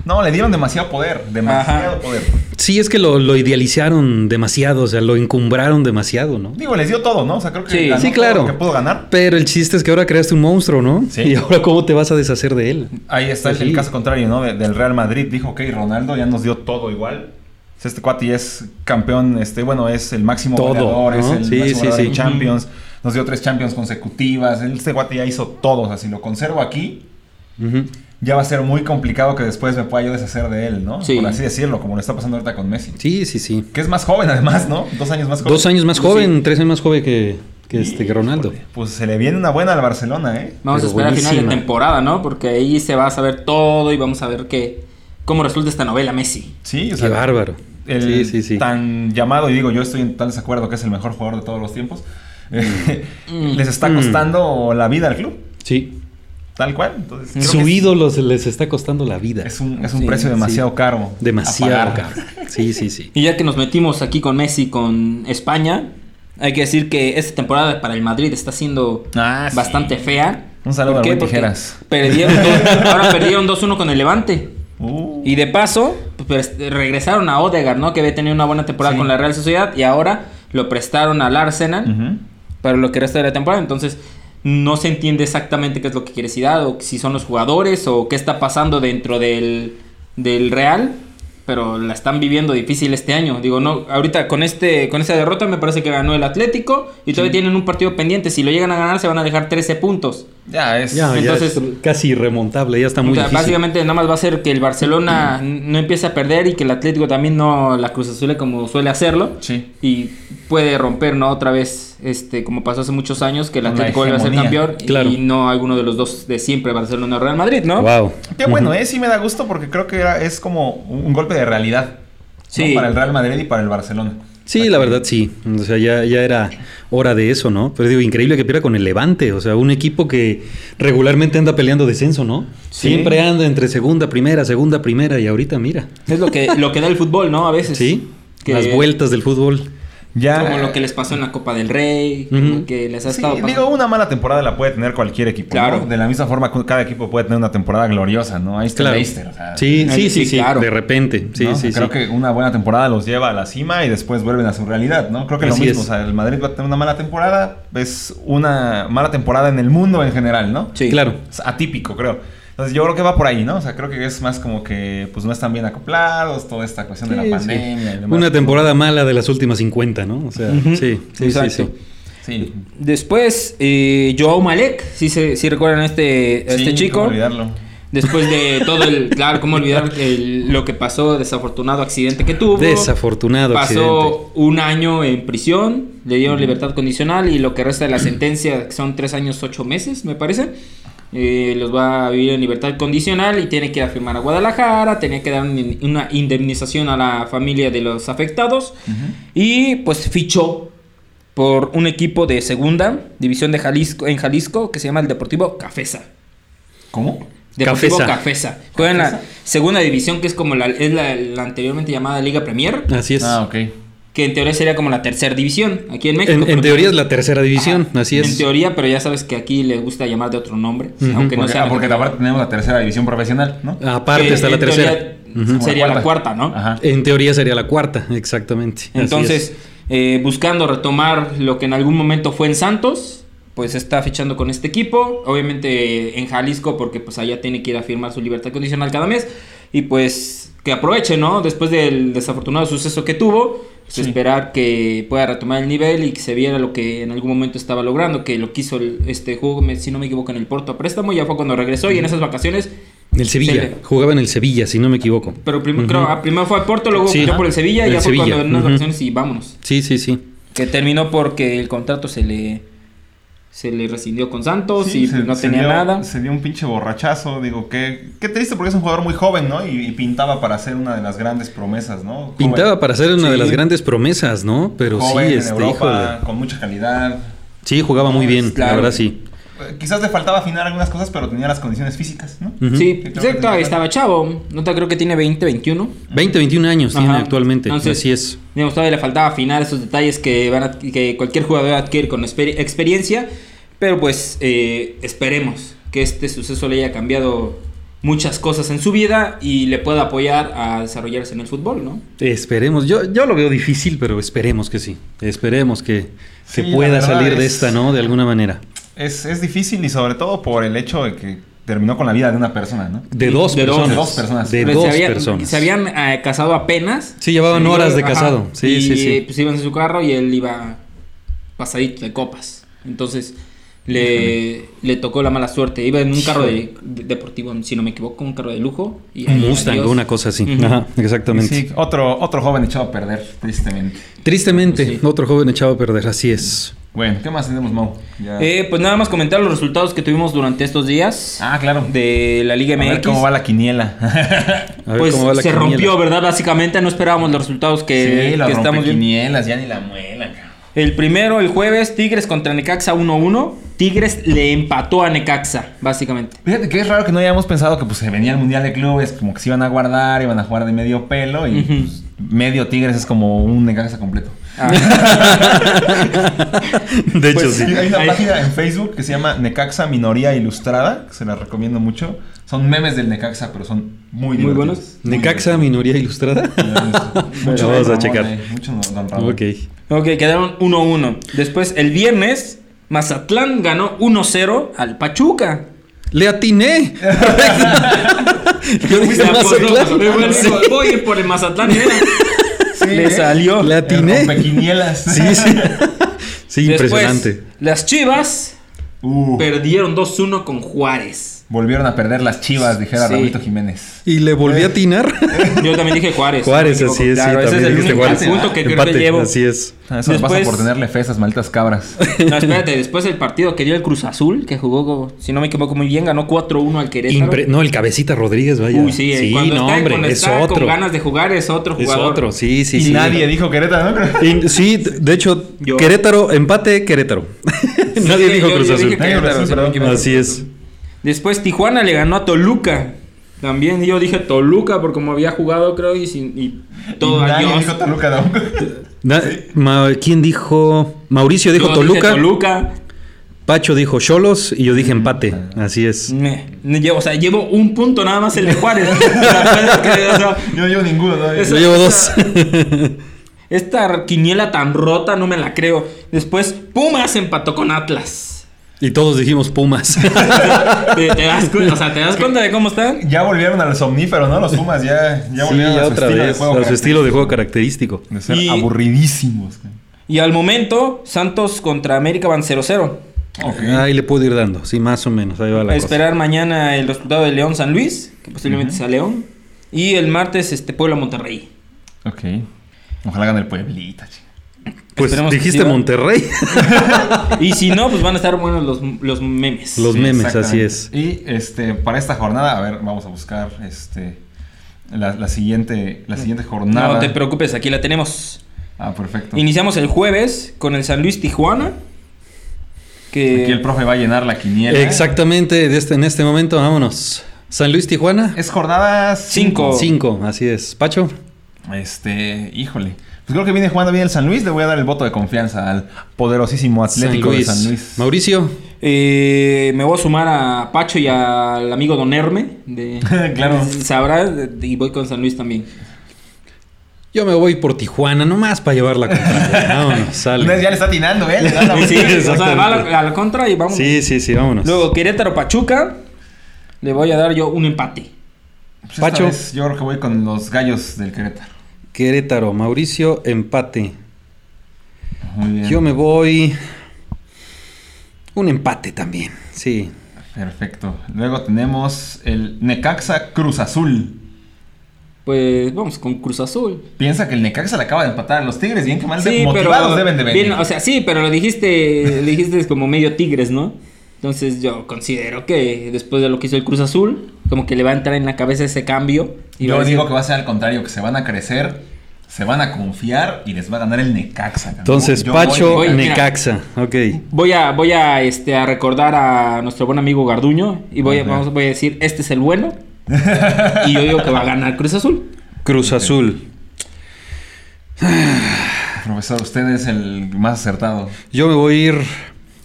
S1: No, le dieron demasiado poder. Demasiado
S2: Ajá.
S1: poder.
S3: Sí, es que lo, lo idealizaron demasiado, o sea, lo encumbraron demasiado, ¿no?
S1: Digo, les dio todo, ¿no? O sea, creo que
S2: Sí.
S1: ganó
S3: Sí,
S1: todo
S3: claro.
S1: lo que pudo ganar.
S3: Pero el chiste es que ahora creaste un monstruo, ¿no?
S1: Sí.
S3: Y ahora cómo te vas a deshacer de él.
S1: Ahí está el-
S3: Sí.
S1: el caso contrario, ¿no? De- del Real Madrid. Dijo, ok, Ronaldo ya nos dio todo igual. O sea, Este cuate ya es campeón, este, bueno, es el máximo
S3: Todo,
S1: goleador, es
S3: ¿no?
S1: el
S3: Sí,
S1: máximo
S3: sí,
S1: goleador
S3: sí.
S1: en Champions. Nos dio tres Champions consecutivas. Él- Este cuate ya hizo todo. O sea, si lo conservo aquí,
S3: Ujú.
S1: ya va a ser muy complicado que después me pueda yo deshacer de él, ¿no?
S2: Sí.
S1: Por así decirlo, como lo está pasando ahorita con Messi.
S3: Sí, sí, sí.
S1: Que es más joven, además, ¿no? Dos años más joven.
S3: Dos años más
S2: Sí.
S3: joven, tres años más joven que, que, este, que Ronaldo.
S1: Pues se le viene una buena al Barcelona, ¿eh?
S2: Vamos a
S3: Pero
S2: esperar a final de
S3: buenísima.
S2: temporada, ¿no? Porque ahí se va a saber todo y vamos a ver qué cómo resulta esta novela Messi.
S1: Sí, o
S3: Qué
S1: sea,
S3: bárbaro.
S1: el
S3: sí, sí, sí.
S1: tan llamado, y digo, yo estoy en tal desacuerdo que es el mejor jugador de todos los tiempos, eh,
S2: Mm.
S1: les está
S3: Mm.
S1: costando la vida al club,
S3: Sí.
S1: tal cual. Entonces, creo
S3: Su
S1: que es-
S3: ídolo se les está costando la vida.
S1: Es un, es un
S2: Sí,
S1: precio
S2: sí.
S1: demasiado caro.
S3: Demasiado
S1: a pagar.
S3: caro. Sí, sí, sí.
S2: Y ya que nos metimos aquí con Messi con España, hay que decir que esta temporada para el Madrid está siendo
S1: Ah, sí.
S2: bastante fea.
S1: Un saludo
S2: ¿Por
S1: al
S2: qué?
S1: buen
S2: Porque
S1: Tijeras.
S2: Perdieron dos- ahora perdieron 2-1 con el Levante.
S1: Uh,
S2: Y de paso, pues, regresaron a Odegaard, ¿no? Que había tenido una buena temporada
S1: Sí.
S2: con la Real Sociedad y ahora lo prestaron al Arsenal.
S1: ujú.
S2: para lo que resta de la temporada. Entonces, no se entiende exactamente qué es lo que quiere Zidane o si son los jugadores o qué está pasando dentro del, del Real, pero la están viviendo difícil este año. Digo, no, ahorita con este con esta derrota me parece que ganó el Atlético y todavía tienen un partido pendiente. Si lo llegan a ganar se van a dejar 13 puntos.
S1: Ya, es...
S3: Ya,
S2: Entonces-
S3: ya es casi irremontable, ya está muy
S2: o sea,
S3: difícil.
S2: básicamente nada más va a ser que el Barcelona n- no empiece a perder y que el Atlético también no la Cruz Azul como suele hacerlo.
S1: Sí.
S2: y puede romper, ¿no? Otra vez, este, como pasó hace muchos años, que el
S1: Una
S2: Atlético vuelve a ser
S1: hegemonía.
S2: campeón y-
S3: Claro.
S2: y no alguno de los dos de siempre, Barcelona o Real Madrid, ¿no?
S3: Wow.
S1: Qué bueno, ¿eh? Sí me da gusto porque creo que era- es como un golpe de realidad. ¿no?
S2: Sí.
S1: Para el Real Madrid y para el Barcelona.
S3: Sí, la verdad sí. O sea, ya, ya era hora de eso, ¿no? Pero digo, increíble que pierda con el Levante. O sea, un equipo que regularmente anda peleando descenso, ¿no?
S1: Sí.
S3: Siempre anda entre segunda, primera, segunda, primera. Y ahorita, mira.
S2: Es lo que, lo que da el fútbol, ¿no? A veces.
S3: Sí.
S2: Que-
S3: Las vueltas del fútbol.
S1: Ya...
S2: Como lo que les pasó en la Copa del Rey,
S3: Ujú.
S2: como que les ha
S1: Sí,
S2: estado pasando.
S1: digo, una mala temporada la puede tener cualquier equipo.
S2: Claro.
S1: ¿no? De la misma forma que cada equipo puede tener una temporada gloriosa, ¿no? Ahí está el
S3: Claro.
S1: Leicester. o sea,
S3: Sí,
S2: Ah,
S3: sí,
S2: sí,
S3: sí, sí.
S2: claro.
S3: De repente. Sí,
S1: ¿no?
S3: sí,
S1: creo
S3: sí.
S1: que una buena temporada los lleva a la cima y después vuelven a su realidad, ¿no? Creo que
S3: Así
S1: lo mismo,
S3: es.
S1: o sea, el Madrid va a tener una mala temporada, es una mala temporada en el mundo en general, ¿no?
S2: Sí.
S3: Claro.
S1: Es atípico, creo. Entonces yo creo que va por ahí, ¿no? O sea, creo que es más como que pues no están bien acoplados, toda esta cuestión de
S3: Sí,
S1: la
S3: sí.
S1: pandemia y demás.
S3: Una temporada mala de las últimas 50, ¿no? O sea,
S2: Ujú.
S3: sí, sí, sí,
S2: Exacto.
S3: sí.
S1: Sí.
S2: Después, eh, Joao Malek, si se, si recuerdan a este, a este
S1: Sí,
S2: chico.
S1: cómo olvidarlo.
S2: Después de todo el, claro, cómo olvidar el- lo que pasó, desafortunado accidente que tuvo.
S3: Desafortunado
S2: Pasó
S3: accidente.
S2: un año en prisión, le dieron libertad condicional y lo que resta de la sentencia, que son tres años, ocho meses, me parece, eh, los va a vivir en libertad condicional y tiene que ir a firmar a Guadalajara, tenía que dar un- una indemnización a la familia de los afectados y pues fichó por un equipo de segunda división de Jalisco en Jalisco que se llama el Deportivo Cafesa.
S1: ¿Cómo?
S2: Deportivo
S3: Cafesa.
S2: Cafesa. Juega en la segunda división que es como la, es la- la anteriormente llamada Liga Premier
S3: Así es.
S1: Ah, ok.
S2: que en teoría sería como la tercera división aquí en México.
S3: en, en
S2: pero-
S3: teoría es la tercera división,
S2: Ajá,
S3: así es.
S2: En teoría, pero ya sabes que aquí le gusta llamar de otro nombre,
S3: Ujú.
S2: aunque no
S1: Porque,
S2: sea.
S1: ah, porque aparte tenemos la tercera división profesional, ¿no?
S3: Aparte
S2: que
S3: está la
S2: en teoría
S3: tercera. Ujú.
S2: Ah, Sería la cuarta, ¿no?
S3: Eh,
S1: Ajá.
S3: En teoría sería la cuarta, exactamente. Así
S2: Entonces,
S3: es.
S2: eh, buscando retomar lo que en algún momento fue en Santos, pues está fichando con este equipo, obviamente en Jalisco porque pues allá tiene que ir a firmar su libertad condicional cada mes y pues que aproveche, ¿no? Después del desafortunado suceso que tuvo, pues
S4: Sí.
S2: esperar que pueda retomar el nivel y que se viera lo que en algún momento estaba logrando, que lo quiso el- este juego, me- si no me equivoco, en el Porto a préstamo, ya fue cuando regresó y en esas vacaciones
S3: En el Sevilla.
S2: Sevilla.
S3: Jugaba en el Sevilla, si no me equivoco.
S2: pero prim-
S3: Ujú.
S2: creo- ah, primero fue a Porto, luego
S3: Sí,
S2: fichó
S3: ajá.
S2: por el Sevilla y
S3: El
S2: ya fue
S3: Sevilla,
S2: cuando en unas
S3: ujú.
S2: vacaciones y vámonos.
S3: Sí, sí, sí.
S2: Que terminó porque el contrato se le se le rescindió con Santos y
S1: se-
S2: oh, no
S1: se
S2: tenía
S1: dio-
S2: nada.
S1: Se dio un pinche borrachazo, digo, qué, qué triste porque es un jugador muy joven, ¿no? Y, y pintaba para ser una de las grandes promesas, ¿no? Joven-
S3: Pintaba para ser una de
S1: Sí,
S3: las grandes promesas, ¿no? Pero sí,
S1: joven en
S3: este,
S1: Europa,
S3: híjole.
S1: con mucha calidad.
S3: Sí, jugaba muy bien,
S2: Claro.
S3: la verdad sí.
S1: Eh, Quizás le faltaba afinar algunas cosas, pero tenía las condiciones físicas, ¿no?
S3: Ujú.
S1: Que creo
S2: Sí, sí,
S1: que tenía
S2: todavía
S1: razón.
S2: estaba chavo. No te creo que tiene 20, 21.
S3: 20, 21 años
S2: Ajá.
S3: tiene actualmente,
S2: Entonces-
S3: así es.
S2: Digamos, todavía le faltaba afinar esos detalles que, van a- que cualquier jugador adquiere con exper- experiencia. Pero pues eh, esperemos que este suceso le haya cambiado muchas cosas en su vida y le pueda apoyar a desarrollarse en el fútbol, ¿no?
S3: Esperemos, yo, yo lo veo difícil, pero esperemos que sí. Esperemos que, que
S1: Sí, la
S3: pueda
S1: verdad
S3: salir de
S1: es-
S3: esta, ¿no? De alguna manera.
S1: Es, es difícil y sobre todo por el hecho de que terminó con la vida de una persona, ¿no?
S3: De
S2: Sí,
S3: dos
S2: de dos.
S3: personas.
S1: De dos personas.
S3: De
S2: Pues,
S3: dos
S2: se habían,
S3: personas.
S2: Se habían eh, casado apenas.
S3: Sí, llevaban
S1: Sí,
S3: horas de
S1: ajá.
S3: casado. Sí,
S2: y,
S3: sí, sí.
S2: pues iban en su carro y él iba pasadito de copas. Entonces le, le tocó la mala suerte. Iba en un carro de, de- deportivo, si no me equivoco, un carro de lujo. Y
S3: Un
S2: ahí,
S3: Mustang,
S2: adiós.
S3: una cosa así.
S2: Ujú.
S3: Ajá, exactamente.
S1: Sí, otro, otro joven echado a perder, tristemente.
S3: Tristemente,
S2: Sí.
S3: otro joven echado a perder, así es.
S1: Bueno, ¿qué más tenemos, Mau? Ya-
S2: Eh, pues nada más comentar los resultados que tuvimos durante estos días
S1: ah, claro.
S2: de la Liga
S1: A ver
S2: MX.
S1: cómo va la quiniela.
S3: A ver
S2: pues
S3: cómo va la
S2: se
S3: quiniela.
S2: rompió, ¿verdad? Básicamente no esperábamos los resultados que,
S1: sí, la
S2: que estamos viendo.
S1: quinielas, ya ni la muela, cabrón.
S2: El primero, el jueves, Tigres contra Necaxa 1-1. Tigres le empató a Necaxa, básicamente.
S1: Fíjate que es raro que no hayamos pensado que pues se venía el Mundial de Clubes, como que se iban a guardar, iban a jugar de medio pelo y
S2: Ujú.
S1: pues, medio Tigres es como un Necaxa completo.
S2: Ah.
S3: De hecho,
S2: Pues
S3: sí.
S1: Este, Sí, hay una
S2: Ahí-
S1: página en Facebook que se llama Necaxa Minoría Ilustrada, que se la recomiendo mucho. Son memes del Necaxa, pero son muy
S2: Muy
S1: divertidos.
S2: buenos.
S1: Muy
S3: Necaxa,
S1: divertidos.
S3: minoría ilustrada.
S1: Mucho
S3: Vamos
S1: Don
S3: a checar.
S1: Ramón, eh, Mucho Don Ramón.
S3: ok.
S2: Ok, quedaron 1-1. Después, el viernes, Mazatlán ganó 1-0 al Pachuca.
S3: Le atiné. Yo dije
S2: Ya, pues,
S3: Mazatlán.
S2: no, pues,
S3: Sí.
S2: digo, Voy a ir por el Mazatlán. mira.
S1: Sí,
S2: Le
S1: eh.
S2: salió.
S3: Le atiné.
S1: El rompequinielas.
S3: Sí, sí. Sí,
S2: Después,
S3: impresionante.
S2: Las Chivas
S1: Uh,
S2: perdieron 2-1 con Juárez.
S1: volvieron a perder las chivas, dijera
S2: Sí.
S1: Raulito Jiménez.
S3: Y le
S2: Eh.
S3: volví a atinar.
S2: Yo también dije Juárez.
S3: Juárez,
S2: no me equivoco.
S3: así es.
S2: Claro, ese
S3: sí,
S2: es
S3: también
S2: el
S3: dijiste
S2: único
S3: Juárez.
S2: punto que creo que
S3: Empate,
S2: llevo.
S3: Así es.
S1: Ah, Eso les
S2: Después-
S1: pasa por tenerle fe a esas malditas cabras.
S2: No, espérate, después el partido que dio el Cruz Azul, que jugó, si no me equivoco muy bien, ganó 4-1 al Querétaro.
S3: Impre- no, el cabecita Rodríguez, vaya.
S2: Uy, sí, eh, cuando
S3: no,
S2: está,
S3: hombre,
S2: cuando
S3: es
S2: está con
S3: otro.
S2: ganas de jugar es otro
S3: Es
S2: jugador.
S3: otro, sí, sí,
S1: y
S3: sí.
S1: nadie dijo Querétaro, ¿no?
S3: Y- sí, de hecho,
S2: Yo.
S3: Querétaro, empate, Querétaro. nadie
S2: Sí,
S3: dijo
S2: yo-
S3: Cruz
S2: yo
S3: Azul.
S2: dije Querétaro, si no me equivoco.
S3: Así es.
S2: Después Tijuana le ganó a Toluca. También yo dije Toluca por como había jugado, creo, y, sin, y todo
S1: Y nadie
S2: adiós.
S1: dijo Toluca, ¿no?
S3: Na- Ma- ¿Quién dijo? Mauricio dijo
S2: Yo
S3: Toluca,
S2: dije Toluca.
S3: Pacho dijo Cholos y yo dije empate.
S2: Mm.
S3: Así es.
S2: Me- me llevo- o sea, llevo un punto nada más el de Juárez. La verdad es que, o sea,
S1: Yo no llevo ninguno, ¿no?
S2: Es- Esa-
S3: Yo llevo dos.
S2: esa- esta quiniela tan rota no me la creo. Después Pumas empató con Atlas. Eh,
S3: y todos dijimos Pumas.
S2: ¿Te, te das, cu- o sea, ¿te das cuenta de cómo están?
S1: Ya volvieron a los omníferos, ¿no? Los Pumas ya, ya
S3: Sí,
S1: volvieron a su estilo de juego.
S3: a su
S1: cara.
S3: estilo de juego característico.
S1: De ser
S2: Y-
S1: aburridísimos. cara.
S2: Y al momento, Santos contra América van 0-0.
S3: Ahí le puedo ir dando, sí, más o menos. Ahí va la
S2: A
S3: cosa.
S2: esperar mañana el resultado de León San Luis, que posiblemente sea León. Y el martes, este Puebla Monterrey.
S1: Ok. Ojalá gane el Pueblita, chica.
S3: Pues
S2: esperemos que
S3: dijiste
S2: sí va.
S3: Monterrey.
S2: Y si no, pues van a estar buenos los, los memes.
S3: Los
S1: Sí,
S3: memes, así
S1: exactamente.
S3: es.
S1: Y este, para esta jornada, a ver, vamos a buscar este, la, la siguiente, la siguiente jornada.
S2: No te preocupes, aquí la tenemos.
S1: Ah, perfecto.
S2: Iniciamos el jueves con el San Luis Tijuana. Que
S1: Aquí el profe va a llenar la
S2: ¿eh?
S1: quiniela.
S3: Exactamente, de este- en este momento, vámonos. San Luis, Tijuana.
S1: Es jornada
S2: Cinco.
S1: 5.
S3: Cinco, así es. Pacho.
S1: Este, híjole. Pues creo que viene jugando bien el San Luis. Le voy a dar el voto de confianza al poderosísimo Atlético de San Luis.
S3: Mauricio.
S2: eh, me voy a sumar a Pacho y al amigo Don Herme. De,
S1: Claro.
S2: Sabrá, y voy con San Luis también.
S3: Yo me voy por Tijuana, nomás para llevar la contraria. Vámonos,
S1: Una vez
S3: sale.
S1: ya le está atinando, ¿eh? Le da la
S2: Sí,
S3: Sí,
S1: vuelta.
S2: o sea, va a
S3: exactamente.
S2: la, a la contra y vamos.
S3: Sí, sí, sí, vámonos.
S2: Luego Querétaro Pachuca. Le voy a dar yo un empate.
S1: Pues esta
S3: Pacho.
S1: vez yo creo que voy con los gallos del Querétaro.
S3: Querétaro, Mauricio, empate.
S1: Muy bien.
S3: Yo me voy. Un empate también. Sí.
S1: Perfecto. Luego tenemos el Necaxa Cruz Azul.
S2: Pues vamos con Cruz Azul.
S1: Piensa que el Necaxa le acaba de empatar a los Tigres. Bien que mal de-
S2: Sí,
S1: motivados
S2: pero.
S1: deben de venir.
S2: bien, o sea, sí, pero lo dijiste, lo dijiste como medio Tigres, ¿no? Entonces yo considero que después de lo que hizo el Cruz Azul, como que le va a entrar en la cabeza ese cambio. Y
S1: yo
S2: va a decir,
S1: digo que va a ser al contrario, que se van a crecer, se van a confiar y les va a ganar el Necaxa. cabrón.
S3: Entonces,
S1: Yo voy
S3: Pacho,
S2: voy-
S1: Necaxa.
S2: mira.
S3: Necaxa. Ok.
S2: Voy a, voy a, este, a recordar a nuestro buen amigo Garduño y voy a,
S1: Ajá.
S2: vamos, voy a decir, este es el bueno. y yo digo que va a ganar Cruz Azul.
S3: Cruz Azul.
S1: Profesor, usted es el más acertado.
S3: Yo me voy a ir.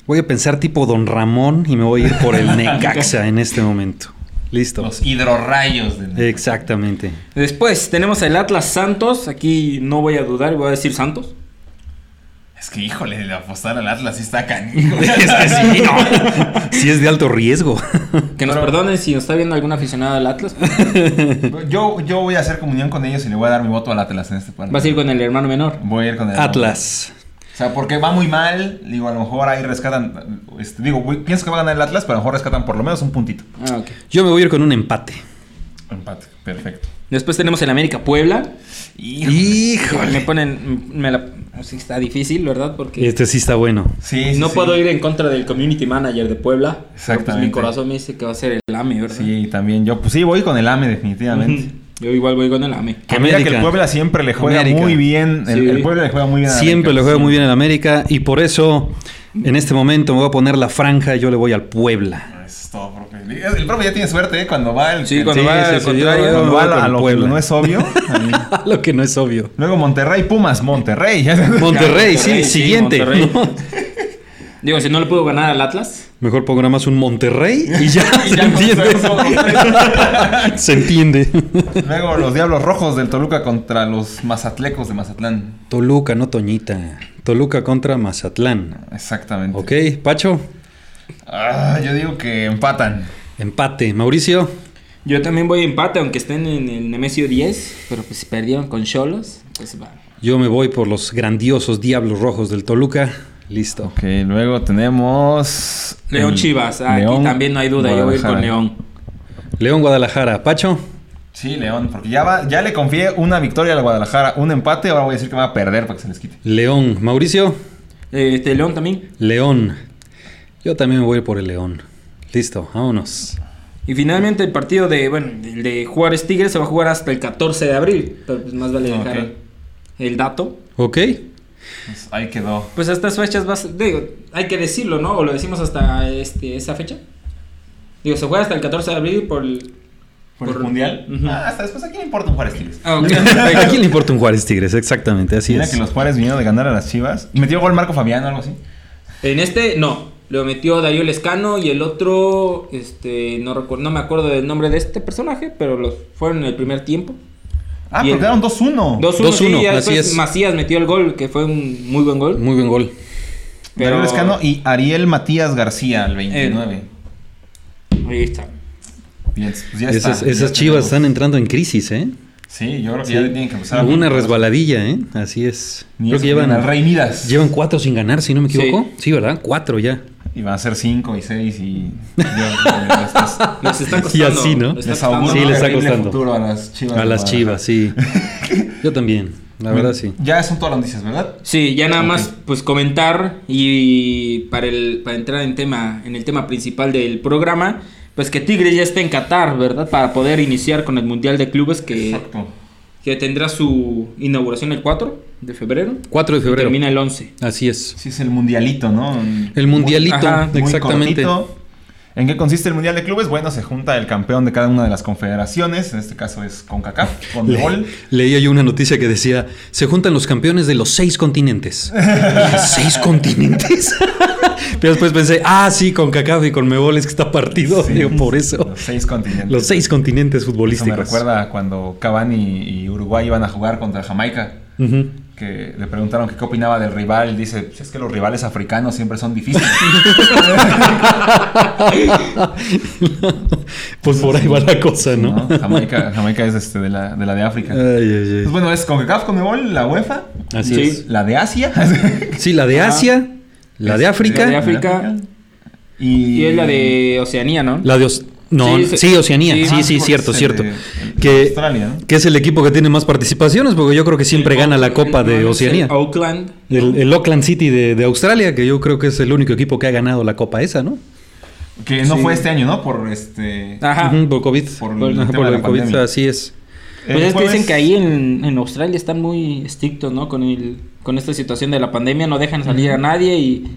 S3: Voy a pensar tipo Don Ramón y me voy a ir por el Necaxa en este momento. Listo.
S1: Los hidrorrayos del Necaxa.
S3: Exactamente.
S2: Después tenemos el Atlas Santos. Aquí no voy a dudar y voy a decir Santos.
S1: Es que, híjole, de apostar al Atlas sí está canijo.
S3: Es que sí, no. Sí es de alto riesgo.
S2: Que nos
S1: Pero-
S2: perdonen si nos está viendo algún aficionado del Atlas.
S1: Yo, yo voy a hacer comunión con ellos y le voy a dar mi voto al Atlas en este partido.
S2: Vas a ir con el hermano menor.
S1: Voy a ir con el
S3: Atlas.
S1: O sea, porque va muy mal. Digo, a lo mejor ahí rescatan. este, digo, güey, pienso que va a ganar el Atlas, pero a lo mejor rescatan por lo menos un puntito.
S2: Ah, ok.
S3: Yo me voy a ir con un empate.
S1: Empate, perfecto.
S2: Después tenemos el América Puebla. Me
S3: Híjole.
S2: ponen. Me la, sí, está difícil, ¿verdad? Porque
S3: Este sí está bueno.
S1: Sí, sí,
S2: no
S1: sí.
S2: puedo ir en contra del community manager de Puebla. pero, pues,
S1: Exactamente.
S2: mi corazón me dice que va a ser el AME, ¿verdad?
S1: Sí, también yo. Pues sí, voy con el AME, definitivamente.
S2: Ujú. Yo igual voy con el AME.
S1: Que mira que
S3: América.
S1: el Puebla siempre le juega
S3: América.
S1: muy bien. El,
S2: Sí.
S1: el Puebla le juega muy bien. a la
S3: Siempre
S1: América.
S3: lo juega muy bien en América y por eso en este momento me voy a poner la franja y yo le voy al Puebla.
S1: Ah, Eso es todo, profe. El profe ya tiene suerte, ¿eh? Cuando va el.
S2: Sí, cuando
S3: Sí,
S2: va
S3: sí,
S2: al
S3: sí,
S2: contrario.
S3: yo-
S1: cuando va a lo- a lo que
S3: Puebla.
S1: no es obvio. ahí.
S3: Lo que no es obvio.
S1: Luego Monterrey, Pumas, Monterrey.
S3: Monterrey,
S2: Ya,
S3: sí,
S2: Monterrey, sí,
S3: siguiente.
S2: Monterrey.
S3: ¿no?
S2: Digo, si no le puedo ganar al Atlas.
S3: Mejor pongo nada más un Monterrey y ya,
S1: Y
S3: se
S1: ya con eso,
S3: entiende. se entiende.
S1: Luego los Diablos Rojos del Toluca contra los Mazatlecos de Mazatlán.
S3: Toluca, no Toñita. Toluca contra Mazatlán.
S1: Exactamente.
S3: Ok, Pacho,
S1: Ah, yo digo que empatan.
S3: empate. Mauricio,
S2: Yo también voy a empate, aunque estén en el Nemesio 10. Pero pues si perdieron con Cholos, pues va.
S3: yo me voy por los grandiosos Diablos Rojos del Toluca. Listo.
S1: Ok, luego tenemos.
S2: León
S1: el
S2: Chivas, ah,
S1: León
S2: aquí también no hay duda, yo voy a ir con
S1: Guadalajara.
S2: León.
S3: León, Guadalajara. Pacho,
S1: Sí, León, porque ya va, ya le confié una victoria al Guadalajara, un empate, ahora voy a decir que va a perder para que se les quite.
S3: León. Mauricio,
S2: Eh, Este, León también.
S3: León. Yo también me voy por el León. Listo, vámonos.
S2: Y finalmente el partido de, bueno, el de Juárez Tigres se va a jugar hasta el 14 de abril. Pero pues más vale dejar
S1: Ok.
S2: el dato.
S3: ¿Ok?
S1: Pues ahí quedó.
S2: Pues a estas fechas vas, digo, hay que decirlo, ¿no? O lo decimos hasta este, esa fecha. Digo, se juega hasta el 14 de abril por el...
S1: ¿Por, el mundial?
S2: Ujú.
S1: Ah, hasta después, ¿a quién le importa un Juárez Tigres?
S2: Ah, ok,
S3: ¿A quién
S2: perfecto.
S3: le importa un Juárez Tigres? Exactamente, así
S1: Mira
S3: es.
S1: que los Juárez vinieron de ganar a las Chivas. ¿Metió gol Marco Fabián o algo así?
S2: En este, no. Lo metió Darío Lescano y el otro, este, no recuerdo, no me acuerdo del nombre de este personaje, pero los fueron en el primer tiempo.
S1: Ah,
S2: Bien.
S1: pero quedaron 2-1.
S2: 2-1, sí,
S3: 2-1,
S2: ya
S3: Oh, así
S2: después
S3: es.
S2: Macías metió el gol, que fue un muy buen gol.
S3: Muy buen gol.
S1: Darío
S2: pero- Eh.
S1: Lescano y Ariel Matías García, el 29.
S2: Ahí está.
S1: Bien, pues ya
S3: Esas,
S1: está, ya
S3: esas chivas están
S1: tenemos.
S3: entrando en crisis, ¿eh?
S1: Sí, yo creo que
S3: Sí.
S1: ya le tienen que empezar a-
S3: Una resbaladilla, ¿eh? Así es.
S1: Ni
S3: Creo
S1: eso
S3: que
S1: tienen
S3: llevan,
S1: al Rey Midas.
S3: llevan cuatro sin ganar, si no me
S2: Sí.
S3: equivoco. Sí, ¿verdad? Cuatro ya.
S1: Y van a ser 5 y 6 y... Yo creo que estos-
S2: Nos está
S3: Y
S2: costando.
S3: así, ¿no?
S2: nos está
S1: Les
S2: costando.
S1: auguro
S3: Sí,
S1: un
S3: les está
S1: terrible
S3: costando.
S1: futuro a las chivas.
S3: A
S1: de
S3: las
S1: Guadalajara.
S3: chivas, sí. Yo también, la
S1: Bueno,
S3: verdad sí.
S1: Ya son todas las noticias, ¿verdad?
S2: Sí, ya nada
S1: Ok.
S2: más pues comentar y para el para entrar en tema en el tema principal del programa, pues que Tigres ya está en Qatar, ¿verdad? Para poder iniciar con el Mundial de Clubes que,
S1: Exacto.
S2: que tendrá su inauguración el 4 de febrero.
S3: 4 de
S2: y
S3: febrero.
S2: Termina el 11.
S3: Así es.
S1: Sí, es el mundialito, ¿no?
S3: El mundialito,
S2: Ajá,
S1: Muy
S3: exactamente.
S1: cortito. ¿En qué consiste el mundial de clubes? Bueno, se junta el campeón de cada una de las confederaciones. En este caso es CONCACAF,
S3: Le-
S1: CONMEBOL.
S3: leía yo una noticia que decía, se juntan los campeones de los seis continentes. ¿Seis continentes? Pero después pensé, ah, sí, con Cacaf y con Mebol es que está partido,
S1: Sí.
S3: digo, por eso.
S1: Los seis continentes.
S3: Los seis continentes
S1: Eso me
S3: futbolísticos.
S1: recuerda a cuando Cavani y Uruguay iban a jugar contra Jamaica.
S3: Ujú.
S1: Que le preguntaron que qué opinaba del rival. y Dice: "Pues Es que los rivales africanos siempre son difíciles.
S3: pues por ahí va la cosa, ¿no?
S1: ¿no? Jamaica, Jamaica es este, de, la, de la de África.
S3: Ay, ay, ay.
S1: Pues bueno, es CONCACAF, CONMEBOL, la UEFA,
S3: Así
S2: Sí.
S3: es.
S1: la de Asia,
S3: Sí, la de
S2: Ajá.
S3: Asia, la de
S1: Es-
S3: África,
S2: la de África.
S1: y,
S2: Y es la de Oceanía, ¿no?
S3: la de Os- no,
S2: Sí,
S3: sí,
S2: se-
S3: Oceanía.
S2: sí.
S3: Sí, sí,
S2: Ah,
S1: sí, porque
S3: cierto,
S1: es el
S3: cierto.
S1: de- el de
S3: que
S1: Australia, ¿no?
S3: que es el equipo que tiene más participaciones, porque yo creo que siempre gana la Copa de
S2: No, es el
S3: Oceanía.
S2: Auckland.
S3: El, el Auckland City de, de Australia, que yo creo que es el único equipo que ha ganado la Copa esa, ¿no?
S1: que no
S2: Sí.
S1: fue este año, ¿no? Por este...
S2: Ajá.
S3: Ujú, por COVID.
S1: Por el
S3: Ajá,
S1: tema de la
S3: el COVID,
S1: pandemia.
S3: así es.
S1: el
S2: Pues es que
S1: jueves-
S2: dicen que ahí en, en Australia están muy estrictos, ¿no? Con el con esta situación de la pandemia, no dejan salir a nadie y, y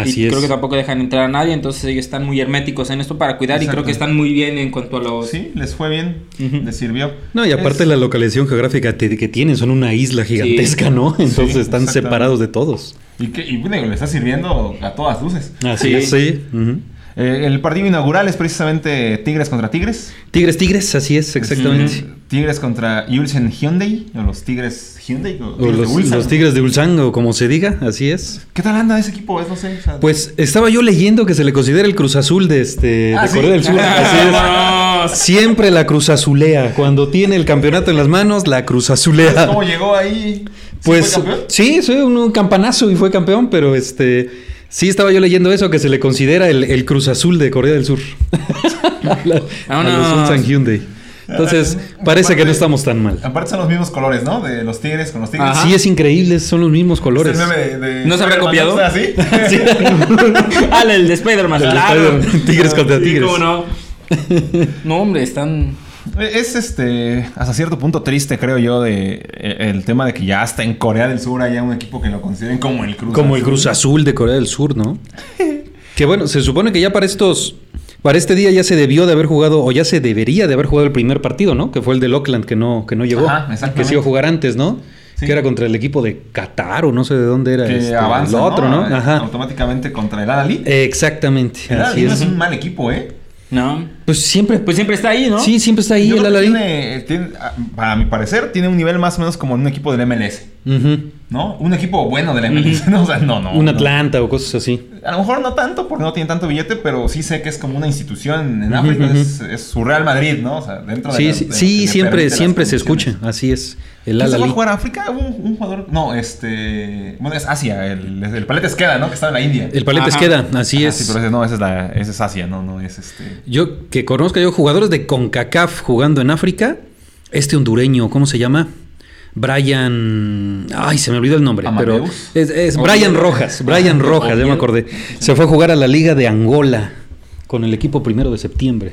S3: Así es.
S2: creo que tampoco dejan entrar a nadie, entonces ellos están muy herméticos en esto para cuidar y
S1: Exacto.
S2: creo que están muy bien en cuanto a los...
S1: Sí, les fue bien,
S2: Ujú.
S1: les sirvió.
S3: No, y aparte
S1: Es-
S3: la localización geográfica te- que tienen, son una isla gigantesca, ¿no? Entonces
S1: Sí,
S3: están
S1: exactamente.
S3: separados de todos.
S1: Y, que, y bueno, le está sirviendo a todas luces.
S3: Así
S2: Sí.
S3: es. Sí. ujú.
S1: Eh, el partido inaugural es precisamente Tigres contra Tigres.
S3: Tigres, Tigres, así es, exactamente.
S1: Eh, Tigres contra Ulsan Hyundai, o los Tigres Hyundai, o
S3: O
S1: Tigres de
S3: los,
S1: Ulsan.
S3: los Tigres de Ulsan, o como se diga, así es.
S1: ¿Qué tal anda ese equipo? Es, no sé. o sea,
S3: Pues estaba yo leyendo que se le considera el Cruz Azul de, este,
S1: Ah,
S3: de
S1: ¿sí?
S3: Corea del Sur. Así es. Siempre la cruz azulea. Cuando tiene el campeonato en las manos, la cruz azulea.
S1: ¿Cómo llegó ahí? ¿Sí
S3: Pues
S1: fue campeón?
S3: sí, soy un, un campanazo y fue campeón, pero este sí estaba yo leyendo eso que se le considera el, el Cruz Azul de Corea del Sur. A la- a los
S2: Vámonos.
S3: Ulsan Hyundai. Entonces, parece que no estamos tan mal.
S1: Aparte son los mismos colores, ¿no? De los Tigres con los Tigres.
S2: Ajá.
S3: Sí, es increíble, son los mismos
S1: Es
S3: colores.
S1: el meme de- de-
S2: ¿No se habrá copiado?
S1: ¿no? ¿Así?
S3: Sí.
S2: ah, el de Spider-Man,
S3: El de
S2: claro.
S3: Spider-Man, Tigres contra
S2: Sí,
S3: Tigres.
S2: cómo no. No, hombre, están...
S1: Es este hasta cierto punto triste, creo yo, de eh, el tema de que ya hasta en Corea del Sur haya un equipo que lo consideren como el Cruz
S3: Como el Cruz Azul de Corea del Sur, ¿no? Que bueno, se supone que ya para estos. Para este día ya se debió de haber jugado, o ya se debería de haber jugado el primer partido, ¿no? Que fue el del Oakland, que no, que no llegó.
S1: Ajá, exactamente.
S3: que se iba a jugar antes, ¿no?
S1: Sí.
S3: Que era contra el equipo de Qatar o no sé de dónde era.
S1: que
S3: este,
S1: avanza
S3: el otro, ¿no?
S1: Eh,
S3: Ajá.
S1: automáticamente contra el Al-Ali.
S3: Exactamente.
S1: el
S3: así
S1: Al-Ali no
S3: es.
S1: es un mal equipo, ¿eh?
S2: No.
S3: Pues siempre.
S2: Pues siempre está ahí, ¿no?
S3: Sí, siempre está ahí
S1: Yo
S3: el
S1: creo que
S3: Al-Ali.
S1: tiene- tiene- a- para mi parecer, tiene un nivel más o menos como un equipo del MLS,
S3: Ujú.
S1: ¿no? Un equipo bueno del MLS, ¿no? O sea, no, no.
S3: Un
S1: no.
S3: Atlanta o cosas así.
S1: A lo mejor no tanto porque no tiene tanto billete, pero sí sé que es como una institución en
S3: Ujú,
S1: África,
S3: ujú.
S1: es, es su Real Madrid, ¿no? O sea, dentro de
S3: Sí,
S1: la-
S3: sí,
S1: de lo que
S3: sí
S1: le
S3: siempre,
S1: permite las
S3: siempre se
S1: condiciones.
S3: escucha. Así es.
S1: ¿Quién se
S3: El
S1: va a
S3: Al-Ali.
S1: jugar a África? Un, un jugador. No, este. Bueno, es Asia. El, el palete queda, ¿no? Que está en la India.
S3: El Paletes
S2: Ajá.
S3: queda. Así
S1: Ajá,
S3: es.
S1: Sí, pero ese no, ese es, la, ese es Asia, no, no, es este.
S3: Yo que conozca yo jugadores de CONCACAF jugando en África, este hondureño, ¿cómo se llama? Brian, ay, se me olvidó el nombre,
S1: Amadeus.
S3: pero es, es
S2: Oviedo.
S3: Brian Rojas, Brian Rojas, ya me
S2: Oviedo.
S3: acordé. Se fue a jugar a la Liga de Angola con el equipo primero de septiembre.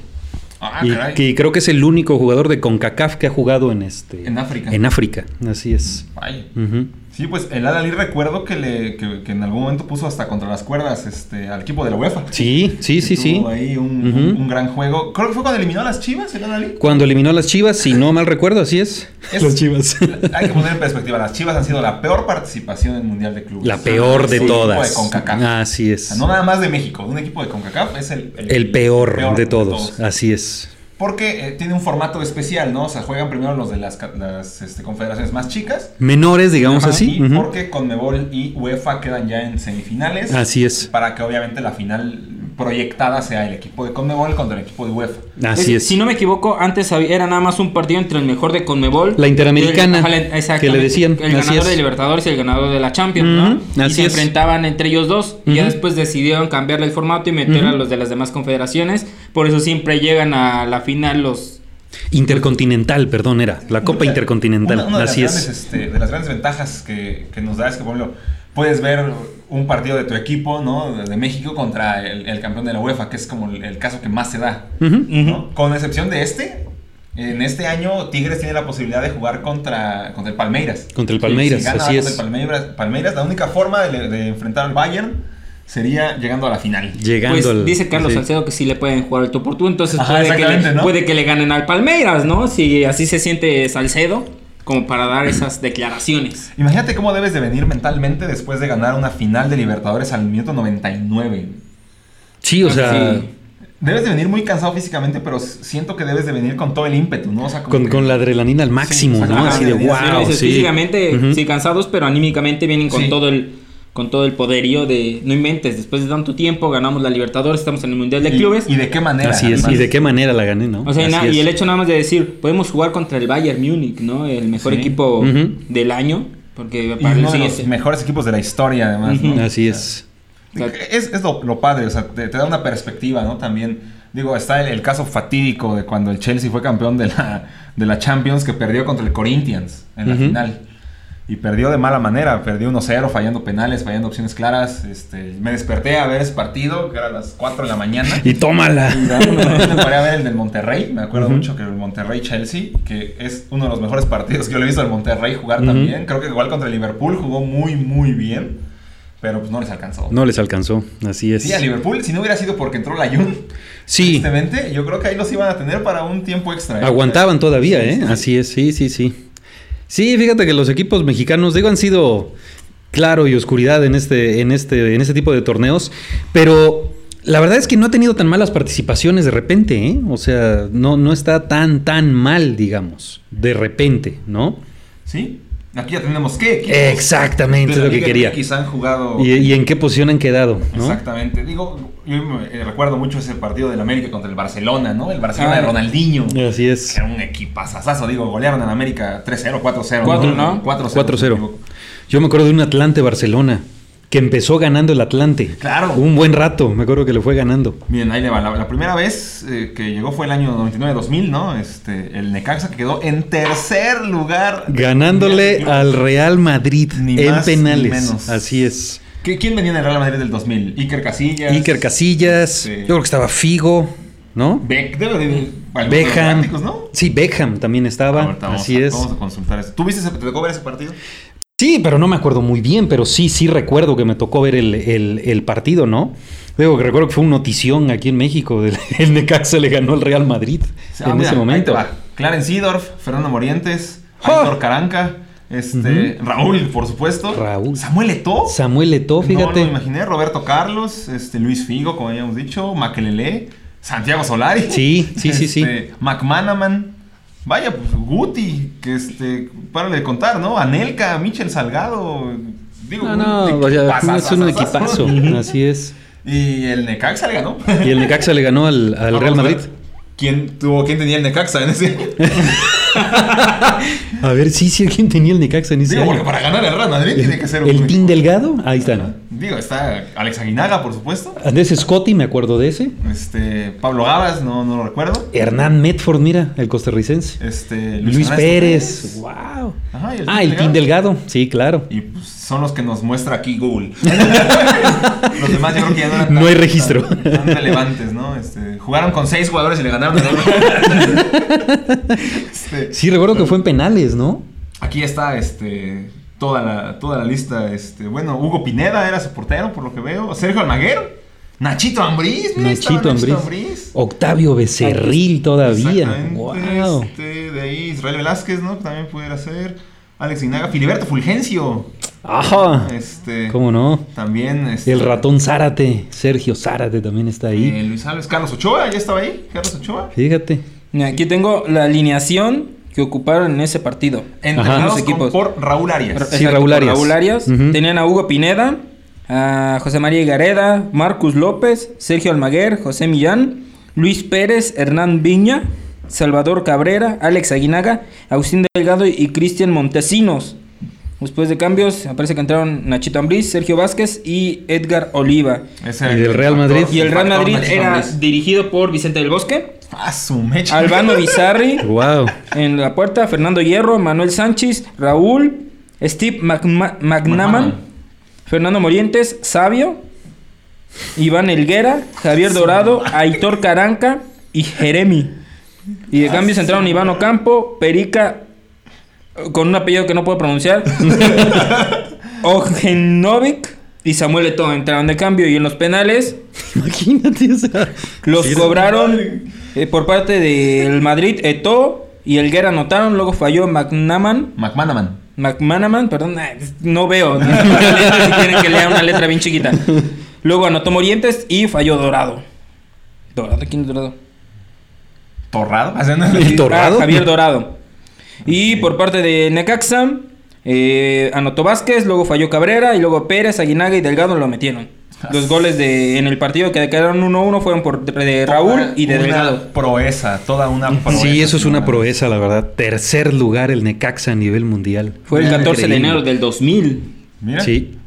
S1: Ah,
S3: Y,
S1: caray.
S3: que creo que es el único jugador de CONCACAF que ha jugado en este
S1: En África.
S3: En África, así es.
S1: Vaya.
S3: Ujú.
S1: Sí, pues el Al-Ali recuerdo que, le, que, que en algún momento puso hasta contra las cuerdas este, al equipo de la UEFA.
S3: Sí, sí,
S1: Que
S3: sí, sí.
S1: tuvo ahí un,
S3: Ujú.
S1: un- un gran juego. Creo que fue cuando eliminó a las Chivas el Al-Ali.
S3: Cuando eliminó a las Chivas, si no mal recuerdo, así es.
S1: Es- Hay que poner en perspectiva, las Chivas han sido la peor participación en el Mundial de Clubes.
S3: La peor de
S1: Sí,
S3: todas. Ah,
S1: equipo de CONCACAF.
S3: Así
S1: O
S3: es.
S1: sea, no nada más de México, un equipo de CONCACAF es el,
S3: El peor, de, todos. Ah. Así es.
S1: Porque eh, tiene un formato especial, ¿no? O sea, juegan primero los de las, ca- las, este, confederaciones más chicas.
S3: Menores, digamos
S1: Ajá,
S3: así.
S1: Y
S3: ujú.
S1: porque Conmebol y UEFA quedan ya en semifinales.
S3: Así es.
S1: Para que obviamente la final proyectada sea el equipo de Conmebol contra el equipo de UEFA.
S3: Así es.
S2: Si no me equivoco, antes había- era nada más un partido entre el mejor de Conmebol.
S3: La Interamericana,
S2: y el- ajá, la-
S3: que le
S2: exactamente.
S3: decían,
S2: El
S3: así
S2: ganador
S3: es.
S2: de Libertadores y el ganador de la Champions,
S3: Ujú,
S2: ¿no?
S3: así
S2: y se
S3: es.
S2: enfrentaban entre ellos dos. Y ya
S3: Ujú.
S2: después decidieron cambiarle el formato y meter a
S3: Ujú.
S2: los de las demás confederaciones. Por eso siempre llegan a la final los.
S3: Intercontinental, perdón, era. La Copa Intercontinental.
S1: Una, una de,
S3: así
S1: las
S3: es.
S1: grandes, este, de las grandes ventajas que, que nos da es que, por ejemplo, puedes ver un partido de tu equipo, ¿no? De, de México contra el, el campeón de la UEFA, que es como el, el caso que más se da.
S3: Ujú.
S1: ¿no? Con excepción de este, en este año Tigres tiene la posibilidad de jugar contra, contra el Palmeiras.
S3: Contra el
S1: Sí,
S3: Palmeiras,
S1: si gana
S3: así
S1: contra
S3: es.
S1: el Palmeiras, Palmeiras, la única forma de, de enfrentar al Bayern sería llegando a la final.
S3: Llegando
S2: pues
S3: al-
S2: dice Carlos
S3: sí.
S2: Salcedo que sí le pueden jugar al tú por tú. Entonces
S1: Ajá,
S2: puede, que le,
S1: exactamente, ¿no?
S2: puede que le ganen al Palmeiras, ¿no? Si así se siente Salcedo. como para dar esas declaraciones.
S1: Imagínate cómo debes de venir mentalmente después de ganar una final de Libertadores al minuto 99.
S3: Sí, o
S2: Creo
S3: sea,
S2: que sí.
S1: Debes de venir muy cansado físicamente, pero s- siento que debes de venir con todo el ímpetu, ¿no? O sea, como
S3: con,
S1: que-
S3: con la adrenalina al máximo,
S1: exacto.
S3: ¿no? Así de
S1: Sí,
S2: Pero
S3: wow.
S2: dices,
S3: sí.
S2: Físicamente,
S3: Ujú.
S2: sí, cansados, pero anímicamente vienen con
S1: Sí.
S2: todo el con todo el poderío de no inventes, después de tanto tiempo ganamos la Libertadores, estamos en el Mundial de
S1: y,
S2: Clubes.
S1: y de qué manera.
S3: Así es,
S1: además.
S3: y de qué manera la gané, ¿no?
S2: o sea, y,
S3: Así
S2: na-
S3: es.
S2: y el hecho nada más de decir, podemos jugar contra el Bayern Múnich, ¿no? El mejor
S1: Sí.
S2: equipo
S3: Ujú.
S2: del año, porque
S1: Y
S2: para el
S1: uno de los
S2: siguiente-
S1: mejores equipos de la historia, además, ¿no?
S2: Ujú.
S3: Así es.
S1: Es, es lo, lo padre, o sea, te, te da una perspectiva, ¿no? También, digo, está el, el caso fatídico de cuando el Chelsea fue campeón de la, de la Champions que perdió contra el Corinthians en la
S3: Ujú.
S1: final. Y perdió de mala manera, perdió 1-0, fallando penales, fallando opciones claras. Este, me desperté a ver ese partido, que era a las 4 de la mañana.
S3: Y tómala.
S1: Y me paré a ver el del Monterrey, me acuerdo mucho que el Monterrey-Chelsea, que es uno de los mejores partidos que yo le he visto al Monterrey jugar
S3: Ujú.
S1: también. Creo que igual contra el Liverpool jugó muy, muy bien, pero pues no les alcanzó.
S3: No les alcanzó, así es.
S1: Sí, a Liverpool, si no hubiera sido porque entró la Jun,
S3: Sí,
S1: tristemente, yo creo que ahí los iban a tener para un tiempo extra. ¿eh?
S3: aguantaban todavía,
S1: Sí, sí,
S3: ¿eh?
S1: sí.
S3: Así es, sí, sí, sí. Sí, fíjate que los equipos mexicanos, digo, han sido claro y oscuridad en este, en este, en este tipo de torneos, pero la verdad es que no ha tenido tan malas participaciones de repente, ¿eh? O sea, no, no está tan, tan mal, digamos, de repente, ¿no?
S1: Sí, aquí ya tenemos que. equipos
S3: Exactamente,
S1: de
S3: es
S1: la
S3: lo que
S1: Liga
S3: quería.
S1: MX han jugado.
S3: Y, y en qué posición han quedado, ¿no?
S1: Exactamente. Digo, yo me- eh, recuerdo mucho ese partido del América contra el Barcelona, ¿no? El Barcelona
S2: Ah.
S1: de Ronaldinho.
S3: Así
S1: Que
S3: es.
S1: Era un equipazazazo, digo, golearon en América 3-0, 4-0.
S2: Cuatro, ¿no?
S1: 4-0.
S3: 4-0. Yo me acuerdo de un Atlante Barcelona que empezó ganando el Atlante.
S1: Claro.
S3: Un buen rato, me acuerdo que lo fue ganando.
S1: Miren, ahí le va. La, la primera vez eh, que llegó fue el año 99-2000, ¿no? Este, el Necaxa que quedó en tercer lugar.
S3: Ganándole al Real Madrid
S1: Ni
S3: en
S1: más ni
S3: penales.
S1: menos.
S3: Así es.
S1: ¿Qué- ¿Quién venía en el Real Madrid del 2000? Iker Casillas.
S3: Iker Casillas,
S1: Sí.
S3: yo creo que estaba Figo, ¿no?
S1: Beck, debe de- algunos de los
S3: Beckham.
S1: galácticos, ¿no?
S3: Sí, Beckham también estaba.
S1: Ahorita vamos
S3: Así
S1: a-
S3: es.
S1: Vamos a consultar eso. ¿Tú viste ese, te tocó ver ese partido?
S3: Sí, pero no me acuerdo muy bien, pero sí, sí recuerdo que me tocó ver el, el- el partido, ¿no? Digo, que recuerdo que fue un notición aquí en México. del- el Necaxa le ganó al Real Madrid
S1: Ah,
S3: en
S1: mira,
S3: ese
S1: ahí
S3: momento.
S1: te va. Clarence Seedorf, Fernando Morientes,
S3: ¡Ja!
S1: Aitor Caranca, este, Raúl, por supuesto.
S3: Raúl.
S1: Samuel Eto'o.
S3: Samuel Eto'o,
S1: No lo
S3: fíjate.
S1: imaginé. Roberto Carlos, este, Luis Figo, como habíamos dicho, Maquelele, Santiago Solari.
S3: Sí, sí, sí, sí.
S1: este, McManaman. Vaya, pues, Guti, que este, párale de contar, ¿no? Anelka, Michel Salgado. Digo,
S3: no, no,
S1: un
S3: vaya,
S1: equipazazazazazo.
S3: es un equipazo. así es.
S1: Y el Necaxa le ganó.
S3: Y el Necaxa le ganó al, al
S1: Vamos
S3: Real
S1: a ver
S3: Madrid.
S1: ¿Quién tuvo, quién tenía el Necaxa en ese?
S3: A ver, sí, sí, ¿quién tenía el Necaxa en ese
S1: Digo, porque
S3: año?
S1: para ganar el Real Madrid tiene que ser
S3: el
S1: un-
S3: Team Delgado, ahí están.
S1: Digo, está Alex Aguinaga, por supuesto.
S3: Andrés Scotti, me acuerdo de ese.
S1: Este, Pablo Gabas, no, no lo recuerdo.
S3: Hernán Medford, mira, el costarricense.
S1: Este,
S3: Eh, Luis,
S1: Ernesto
S3: Pérez. Wow.
S1: Ajá, y el
S3: ah,
S1: Team
S3: el Team Delgado, sí, claro.
S1: Y pues, son los que nos muestra aquí Google. los demás yo creo que ya no eran
S3: No hay registro.
S1: Tan, tan relevantes, ¿no? Este, jugaron con seis jugadores y le ganaron. ¿no? Este,
S3: Sí, recuerdo que fue en penales, ¿no?
S1: Aquí está este, toda, la, toda la lista. Este, bueno, Hugo Pineda era su portero, por lo que veo. Sergio Almaguero. Nachito Ambriz. mira, ahí estaba
S3: Nachito Ambriz. Oh, Octavio Becerril todavía.
S1: Exactamente,
S3: Wow.
S1: este, de ahí Israel Velázquez, ¿no? Que también pudiera ser. Alex Inaga. Filiberto Fulgencio.
S3: Ajá.
S1: Este,
S3: Ah, ¿Cómo no?
S1: También. este,
S3: El ratón Zárate, Sergio Zárate también está ahí.
S1: eh, Luis Alves. Carlos Ochoa, ya estaba ahí. Carlos Ochoa.
S3: Fíjate.
S2: Mira, aquí tengo la alineación que ocuparon en ese partido.
S1: Entrenados
S2: Los
S1: con-
S2: equipos.
S1: por Raúl Arias.
S3: Sí, Raúl
S2: por
S3: Arias.
S2: Raúl Arias.
S3: Ujú.
S2: Tenían a Hugo Pineda, a José María Gareda, Marcus López, Sergio Almaguer, José Millán, Luis Pérez, Hernán Viña, Salvador Cabrera, Alex Aguinaga, Agustín Delgado y Cristian Montesinos. Después de cambios, aparece que entraron Nachito Ambriz, Sergio Vázquez y Edgar Oliva.
S1: Ese era
S3: Y del
S1: el
S3: Real
S1: factor-
S3: Madrid.
S2: eh, Y el Real
S1: factor
S2: Madrid
S1: Nachito
S2: era
S1: Ambriz.
S2: dirigido por Vicente del Bosque,
S1: Ah, su mecha.
S2: Albano Bizarri,
S3: Wow.
S2: en la puerta, Fernando Hierro, Manuel Sánchez, Raúl, Steve McMa-
S1: McMahon.
S2: McNaman, Fernando Morientes, Sabio, Iván Elguera, Javier Dorado, Aitor Caranca y Jeremy. Y de cambios entraron Iván Ocampo, Perica, eh, con un apellido que no puedo pronunciar, Ojenovic y Samuel Eto'o entraron de cambio y en los penales
S3: Imagínate, o sea.
S2: los
S3: Sí,
S2: cobraron eh, por parte del Madrid Eto, y Elguera anotaron, luego falló McManaman.
S1: McManaman.
S2: McManaman, perdón, ay, no veo. no veo la letra, si quieren que lea una letra bien chiquita. Luego anotó Morientes y falló Dorado. Dorado, ¿quién es Dorado?
S1: Torrado.
S3: El Tor- ¿Dorado?
S2: Ah, Javier Dorado. Y por parte de Necaxa, eh, anotó Vázquez, luego falló Cabrera y luego Pérez, Aguinaga y Delgado lo metieron. Los goles de, en el partido que quedaron 1-1 fueron por, de Raúl y de
S1: Una
S2: Delgado.
S1: proeza, toda una proeza.
S3: Sí, eso es una
S1: proeza.
S3: proeza, la verdad. Tercer lugar el Necaxa a nivel mundial.
S2: Fue el 14 de
S3: Increíble.
S2: enero del 2000.
S1: Mira,
S3: Sí,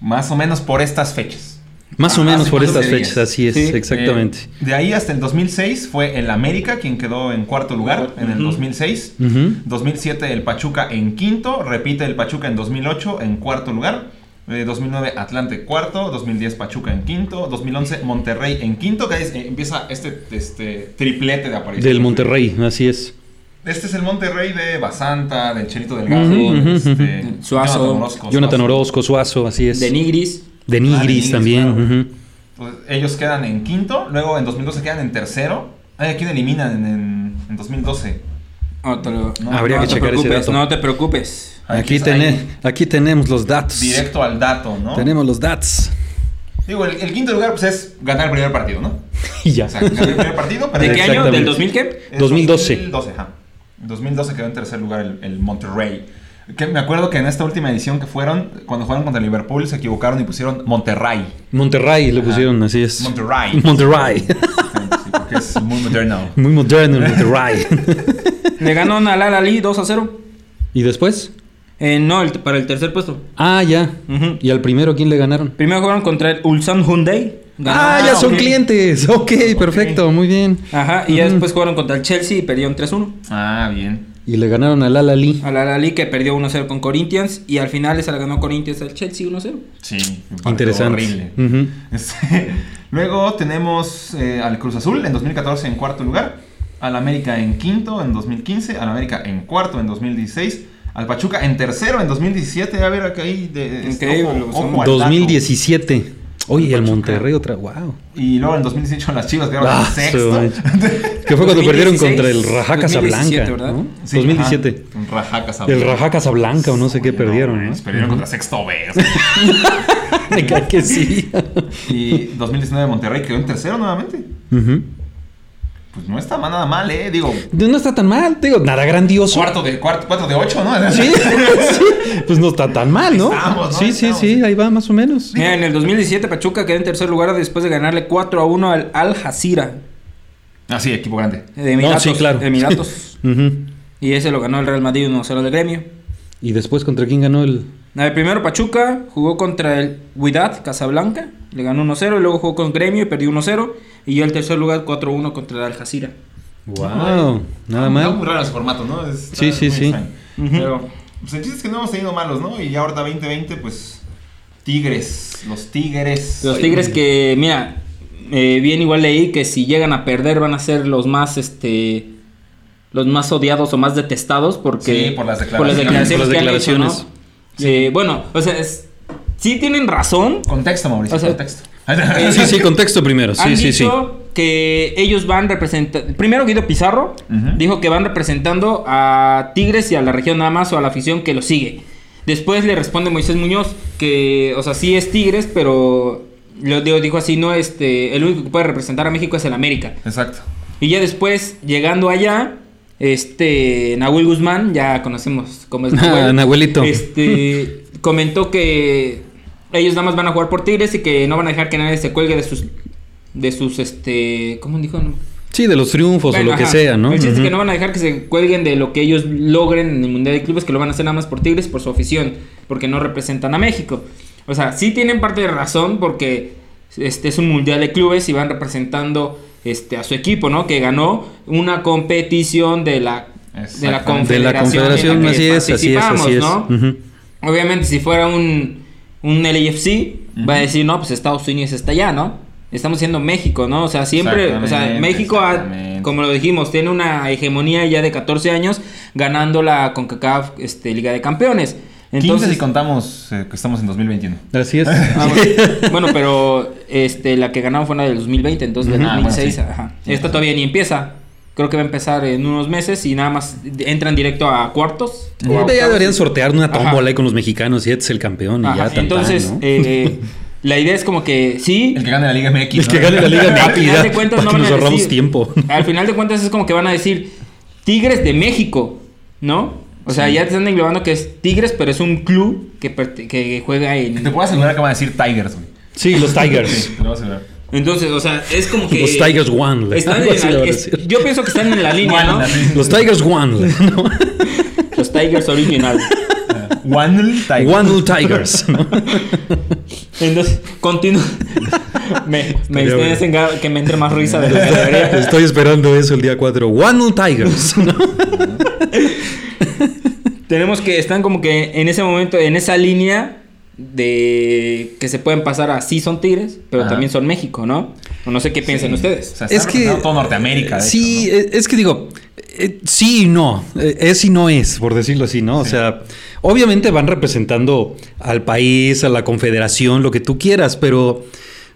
S1: más o menos por estas fechas.
S3: más o
S1: Ah,
S3: menos
S1: hace
S3: por
S1: 14
S3: estas
S1: días.
S3: fechas, así es,
S2: Sí, eh,
S3: exactamente.
S1: Eh, de ahí hasta el 2006 fue el América quien quedó en cuarto lugar en el
S2: Ujú.
S1: 2006.
S3: Ujú.
S1: 2007 el Pachuca en quinto, repite el Pachuca en 2008 en cuarto lugar. Eh, 2009 Atlante cuarto, 2010 Pachuca en quinto, 2011 Monterrey en quinto, que ahí es- eh, empieza este, este triplete de aparición.
S3: Del Monterrey, así es.
S1: Este es el Monterrey de Basanta, del Chelito Delgado,
S3: Ujú, ujú,
S1: este,
S2: ujú. Suazo.
S3: Jonathan Orozco, Suazo, así es.
S2: De
S3: De
S2: Nigris.
S1: Ah,
S3: Nigris
S1: de Nigris,
S3: también.
S1: claro.
S3: ujú.
S1: Entonces, Pues, ellos quedan en quinto, luego en 2012 quedan en tercero. Ay, ¿a quién eliminan en, en- en 2012?
S2: Otro.
S1: No,
S3: Habría
S1: no,
S3: que
S2: te
S3: checar ese
S2: preocupes,
S3: dato.
S2: No te preocupes.
S3: Aquí,
S1: está,
S3: tene-
S1: ahí,
S3: aquí tenemos los datos.
S1: Directo al dato, ¿no?
S3: Tenemos los datos.
S1: Digo, el, el quinto lugar pues, es ganar el primer partido, ¿no?
S3: Y ya.
S1: O sea, ganar el primer partido, pero
S2: ¿De qué año?
S3: Ah, Exactamente.
S2: ¿Del 2000 qué?
S1: Es
S3: 2012.
S1: 2012, ajá. En 2012 quedó en tercer lugar el, el Monterrey. Que me acuerdo que en esta última edición que fueron, cuando jugaron contra Liverpool, se equivocaron y pusieron Monterrey.
S3: Monterrey le pusieron, así es.
S1: Monterrey.
S3: Monterrey.
S1: Sí, porque es muy moderno.
S3: Muy moderno el Monterrey.
S2: Le ganó a Al Alali 2 a 0.
S3: ¿Y después?
S2: Eh, no, el- para el tercer puesto.
S3: Ah, ya.
S2: Ujú.
S3: ¿Y al primero quién le ganaron?
S2: Primero jugaron contra el Ulsan Hyundai. Ganó.
S3: Ah, ya son
S2: ok.
S3: clientes. Ok, perfecto, muy bien.
S2: Ajá, y ya
S3: Ujú.
S2: después jugaron contra el Chelsea y perdieron 3-1.
S1: Ah, bien.
S3: Y le ganaron al Alali.
S2: Al Alali que perdió 1-0 con Corinthians y al final se la ganó Corinthians al Chelsea 1-0.
S1: Sí, un partido
S3: Interesante.
S1: Horrible.
S3: Ujú.
S1: Este, Luego tenemos eh, al Cruz Azul en 2014 en cuarto lugar, al América en quinto en 2015, al América en cuarto en 2016, al Pachuca en tercero en 2017. A ver, acá ahí de. este,
S2: Increíble,
S1: ojo-
S2: son
S1: ojo al dato.
S3: 2017. Oye, el
S1: Pachuca.
S3: Monterrey otra, wow.
S1: Y luego en 2018 las Chivas quedaron
S3: Ah,
S1: en
S3: su
S1: sexto.
S3: mancha. Que fue cuando perdieron
S2: 2016,
S3: contra el Raja
S2: 2017,
S3: Casablanca.
S2: ¿verdad?
S3: ¿no?
S1: Sí,
S3: 2017.
S1: ajá, un Raja
S3: El
S1: Casablanca.
S3: Raja Casablanca o no sé qué
S1: Oye,
S3: perdieron, ¿eh? ¿no?
S1: mames, pues Perdieron contra sexto B. o sea.
S3: Me cae que sí.
S1: Y 2019 Monterrey quedó en tercero nuevamente.
S3: Ujú. Pues
S1: Pues no está mal- nada mal, ¿eh? Digo,
S3: No está tan mal, digo, nada grandioso.
S1: cuarto de, cuarto, cuatro de ocho, ¿no?
S3: Sí, sí, pues no está tan mal, ¿no?
S1: Ahí estamos, ¿no?
S3: Sí,
S1: Ahí
S3: sí,
S1: estamos.
S3: sí, ahí va más o menos.
S2: Mira, en el 2017 Pachuca quedó en tercer lugar después de ganarle 4-1 al Al Jazeera
S1: Ah, sí, equipo grande.
S2: de Emiratos.
S3: sí, claro.
S2: Emiratos.
S3: Ujú.
S2: y ese lo ganó el Real Madrid 1-0 del gremio.
S3: Y después, ¿contra quién ganó el...?
S2: A ver, primero Pachuca jugó contra el Huidad Casablanca, le ganó 1-0 y luego jugó con Gremio y perdió 1-0 y ya el tercer lugar 4-1 contra el Al Jazeera.
S3: Wow, nada
S1: Está muy
S3: mal.
S1: raro ese formato, ¿no? Está
S3: Sí, sí,
S1: muy
S3: sí.
S1: extraño.
S2: Ujú.
S1: Pero, pues el chiste es que no hemos tenido malos, ¿no? Y ya ahorita 2020, pues. Tigres, los Tigres.
S2: Los Tigres que, mira, eh, bien igual leí que si llegan a perder van a ser los más, este, los más odiados o más detestados porque...
S1: Sí, por las
S2: declaraciones
S3: Por las
S2: que han hecho, ¿no?
S3: declaraciones.
S2: Sí, bueno, o sea, es- sí tienen razón.
S1: Contexto, Mauricio,
S2: O sea,
S1: contexto.
S3: Sí, sí, contexto primero. Sí,
S2: han
S3: sí, sí.
S2: dicho que ellos van representando. Primero Guido Pizarro
S1: Ujú.
S2: dijo que van representando a Tigres y a la región nada más o a la afición que lo sigue. Después le responde Moisés Muñoz que, o sea, sí es Tigres, pero lo digo, dijo así, no, este, el único que puede representar a México es el América.
S1: Exacto.
S2: Y ya después, llegando allá, este, Nahuel Guzmán, ya conocemos cómo es
S3: Ah,
S2: Nahuel.
S3: Nahuelito.
S2: Este, comentó que ellos nada más van a jugar por Tigres y que no van a dejar que nadie se cuelgue de sus, de sus, este, ¿cómo dijo? No.
S3: Sí, de los triunfos
S2: Bueno,
S3: o lo que
S2: ajá.
S3: sea, ¿no?
S2: El chiste es que
S3: Ujú.
S2: no van a dejar que se cuelguen de lo que ellos logren en el Mundial de Clubes, que lo van a hacer nada más por Tigres, por su afición, porque no representan a México. O sea, sí tienen parte de razón porque este es un Mundial de Clubes y van representando este a su equipo, ¿no? Que ganó una competición de la de la
S1: Exactamente.
S3: De
S2: confederación,
S3: la confederación,
S2: en la
S3: así
S2: que
S3: es, así es, así
S2: participamos,
S3: es.
S2: ¿no?
S3: Ujú.
S2: Obviamente, si fuera un, un LAFC, va a decir, no, pues Estados Unidos está allá, ¿no? Estamos siendo México, ¿no? O sea, siempre, o sea,
S1: Exactamente,
S2: México, ha-
S1: exactamente.
S2: como lo dijimos, tiene una hegemonía ya de 14 años ganando la CONCACAF este, Liga de Campeones.
S1: 15
S2: Entonces,
S1: si contamos eh, que estamos en 2021.
S3: Así es.
S2: Ah, bueno. bueno, pero este, la que ganaron fue la del 2020, entonces del
S1: Ujú. Ah, bueno,
S2: 2006.
S1: sí.
S2: ajá.
S1: Sí,
S2: Esta
S1: sí.
S2: todavía ni empieza. Creo que va a empezar en unos meses y nada más entran directo a cuartos. o a
S3: Ya
S2: octavos.
S3: deberían sortear una
S2: Ajá.
S3: tómbola ahí con los mexicanos y este es el campeón y
S2: Ajá,
S3: ya tan, tan,
S2: Entonces,
S3: ¿no?
S2: eh, la idea es como que sí,
S1: El que gane la Liga MX.
S3: El que
S1: ¿no?
S3: gane la Liga
S2: Al
S3: MX,
S2: final
S3: ya,
S2: de cuentas
S3: para
S2: no
S3: que
S2: van
S3: nos
S2: a
S3: ahorramos
S2: decir-
S3: tiempo.
S2: Al final de cuentas es como que van a decir Tigres de México, ¿no? O sea, ya te están englobando que es Tigres, pero es un club que, perte- que juega
S1: Que Te
S2: en...
S1: puedo asegurar que van a decir Tigers, güey.
S3: Sí, los Tigers.
S1: Sí, te lo voy a asegurar.
S2: Entonces, o sea, es como que...
S3: Los Tigers One. le-
S2: Están en
S3: algo así le
S2: la-
S3: van a
S2: es-
S3: decir.
S2: yo pienso que están en la línea, ¿no?
S3: Los Tigers One. le- ¿no?
S2: Los Tigers original.
S1: Wandel Tigers.
S3: Wandle Tigers. ¿no?
S2: Entonces, continúo. Me, me
S3: Estaría
S2: estoy
S3: bueno.
S2: desenga- que me entre más risa de la que debería.
S3: Estoy esperando eso el día 4. Wandle Tigers. ¿no?
S2: Tenemos que están como que en ese momento, en esa línea de que se pueden pasar a sí son Tigres, pero
S1: Ajá.
S2: también son México, ¿no? O no sé qué piensan
S1: Sí.
S2: ustedes.
S1: O sea, es que. Todo Norteamérica. de
S3: Sí,
S1: hecho,
S3: eh, es que digo, eh, sí y no. Eh, Es y no es, por decirlo así, ¿no? O sea, obviamente van representando al país, a la confederación, lo que tú quieras, pero,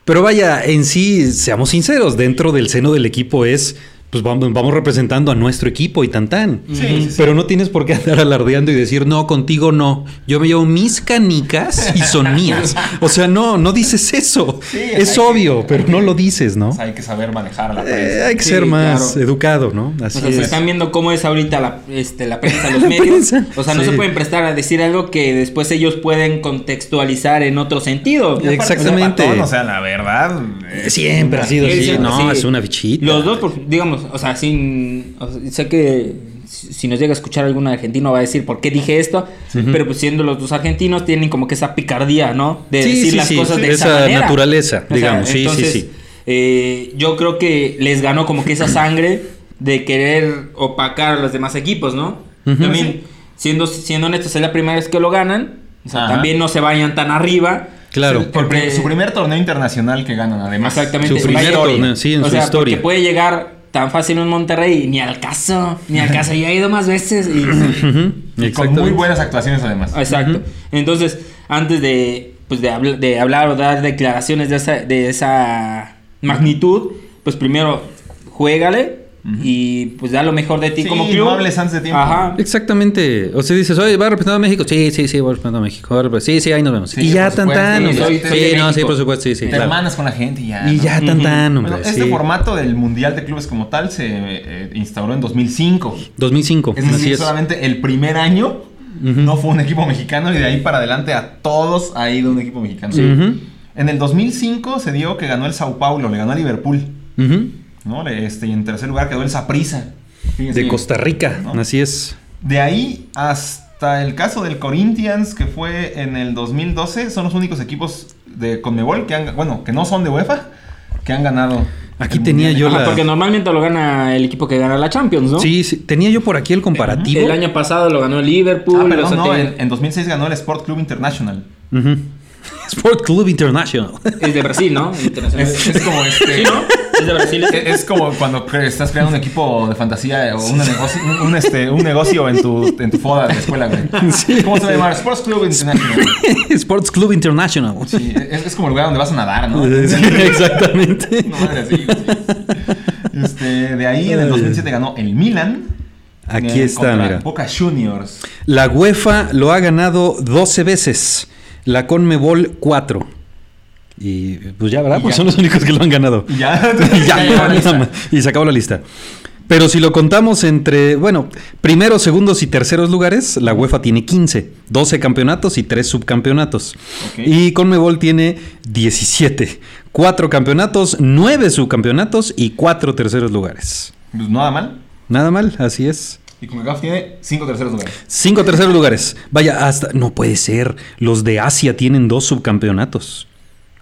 S3: pero vaya, en sí, seamos sinceros, dentro del seno del equipo es, pues vamos, vamos representando a nuestro equipo y tan tan. Mm,
S1: ¿no? Sí, sí, sí.
S3: Pero no tienes por qué andar alardeando y decir, no, contigo no. Yo me llevo mis canicas y son mías. O sea, no, no dices eso.
S1: Sí, hay
S3: es
S1: que-
S3: obvio, pero no lo dices, ¿no?
S1: O sea, Pues hay que saber pues. manejar la
S3: Eh,
S1: prensa.
S3: hay que
S2: Sí,
S3: ser más
S2: claro.
S3: educado, ¿no? Así
S2: O sea,
S3: es.
S2: se están viendo cómo es ahorita la, este, la prensa, los
S3: La
S2: medios.
S3: prensa.
S2: O sea, no
S3: Sí.
S2: se pueden prestar a decir algo que después ellos pueden contextualizar en otro sentido.
S1: Y aparte,
S3: exactamente.
S1: o sea, pues, patón, O sea, la verdad. eh,
S3: Siempre ha sido
S2: Sí,
S3: así.
S2: siempre,
S3: No,
S2: sí.
S3: es una bichita.
S2: Los dos, pues, digamos, o sea, sin. o sea, sé que si si nos llega a escuchar algún argentino va a decir por qué dije esto, pero pues siendo los dos argentinos tienen como que esa picardía, ¿no? De
S3: Sí,
S2: decir
S3: sí,
S2: las
S3: sí,
S2: cosas
S3: sí.
S2: de esa,
S3: Esa
S2: manera.
S3: naturaleza,
S2: O sea,
S3: digamos, sí, sí,
S2: entonces,
S3: sí.
S2: eh, yo creo que les ganó como que esa sangre de querer opacar a los demás equipos, ¿no?
S3: Ujú.
S2: También, siendo, siendo honestos, es la primera vez que lo ganan. O sea,
S1: Ajá.
S2: también no se vayan tan arriba.
S3: Claro.
S1: Por pri-
S2: Porque-
S1: su primer torneo internacional que ganan, además.
S2: Exactamente.
S3: Su
S2: en la
S3: primer
S2: historia.
S3: torneo, sí, en
S2: o
S3: su
S2: sea,
S3: historia.
S2: Porque puede llegar tan fácil un Monterrey, ni al caso, ni al caso. Yo he ido más veces y...
S3: Ujú,
S1: Y con
S3: exactamente. Ah,
S1: muy buenas actuaciones, además.
S2: Exacto. Entonces, antes de, pues, de, habl- de hablar o dar declaraciones de esa, de esa magnitud, pues primero, juégale y pues da lo mejor de ti
S1: Sí,
S2: como
S1: no
S2: club.
S1: hables antes de tiempo.
S2: Ajá.
S3: Exactamente. O sea, dices, oye, ¿va representando a México? Sí, sí, sí, va representando a México. Va representando- Sí, sí, ahí nos vemos.
S1: Sí,
S3: y ya
S1: por
S3: tan
S1: supuesto,
S3: tan.
S1: sí,
S3: hombre.
S1: soy-
S2: soy de
S3: Sí, no, sí,
S2: México.
S3: por supuesto, sí, sí.
S1: Te
S3: claro.
S1: hermanas con la gente y ya.
S3: Y
S1: ¿no?
S3: ya tan
S2: Ujú.
S3: tan, hombre.
S1: Bueno, este
S3: sí.
S1: formato del Mundial de Clubes como tal se eh, instauró en 2005.
S3: 2005.
S1: Es decir,
S3: así es.
S1: solamente el primer año
S3: Ujú.
S1: no fue un equipo mexicano y de ahí para adelante a todos ha ido un equipo mexicano.
S3: Ujú,
S1: En el 2005 se dio que ganó el Sao Paulo, le ganó a Liverpool,
S3: ujú.
S1: ¿no? Le- Este, y en tercer lugar quedó el Saprissa.
S3: De Costa Rica.
S1: ¿No?
S3: Así es.
S1: De ahí hasta el caso del Corinthians, que fue en el 2012, son los únicos equipos de Conmebol que han, bueno, que no son de UEFA, que han ganado.
S3: Aquí
S1: el
S3: tenía
S1: Mundial.
S3: yo
S2: Ajá,
S3: la-
S2: Porque normalmente lo gana el equipo que gana la Champions, ¿no?
S3: Sí, sí. Tenía yo por aquí el comparativo.
S2: El año pasado lo ganó el Liverpool.
S1: Ah, perdón,
S2: o sea,
S1: no,
S2: te-
S1: en, en 2006 ganó el Sport Club International.
S3: Ujú. Sport Club International.
S2: Es de Brasil, ¿no? Internacional.
S1: Es, es como este...
S2: Sí, ¿no? Es de Brasil.
S1: Es- Es como cuando cre- estás creando un equipo de fantasía eh, o una negocio, un, un, este, un negocio en tu, en tu foda de la escuela, güey.
S3: Sí.
S1: ¿Cómo se va a llamar? Sports Club International.
S3: Sports Club International.
S1: Sí, es, es como el lugar donde vas a nadar, ¿no?
S3: Sí, exactamente.
S1: No, madre, sí, sí, sí. Este, de ahí en el 2007 ganó el Milan.
S3: Aquí
S1: eh,
S3: está,
S1: contra
S3: mira.
S1: Boca Juniors.
S3: La UEFA lo ha ganado 12 veces, la Conmebol 4. Y pues ya, ¿verdad?
S1: Y
S3: Pues
S1: ya.
S3: son los únicos que lo han ganado.
S1: Y ya,
S3: Y ya,
S1: llegó la lista.
S3: nada más. Y se acabó la lista. Pero si lo contamos entre, bueno, primeros, segundos y terceros lugares, la UEFA tiene 15, 12 campeonatos y 3 subcampeonatos.
S1: Ok.
S3: Y Conmebol tiene 17, 4 campeonatos, 9 subcampeonatos y 4 terceros lugares.
S1: Pues nada mal.
S3: Nada mal, así es.
S1: Y CONCACAF tiene cinco terceros lugares.
S2: Eh.
S3: Cinco terceros lugares. Vaya, hasta. No puede ser. Los de Asia tienen dos subcampeonatos.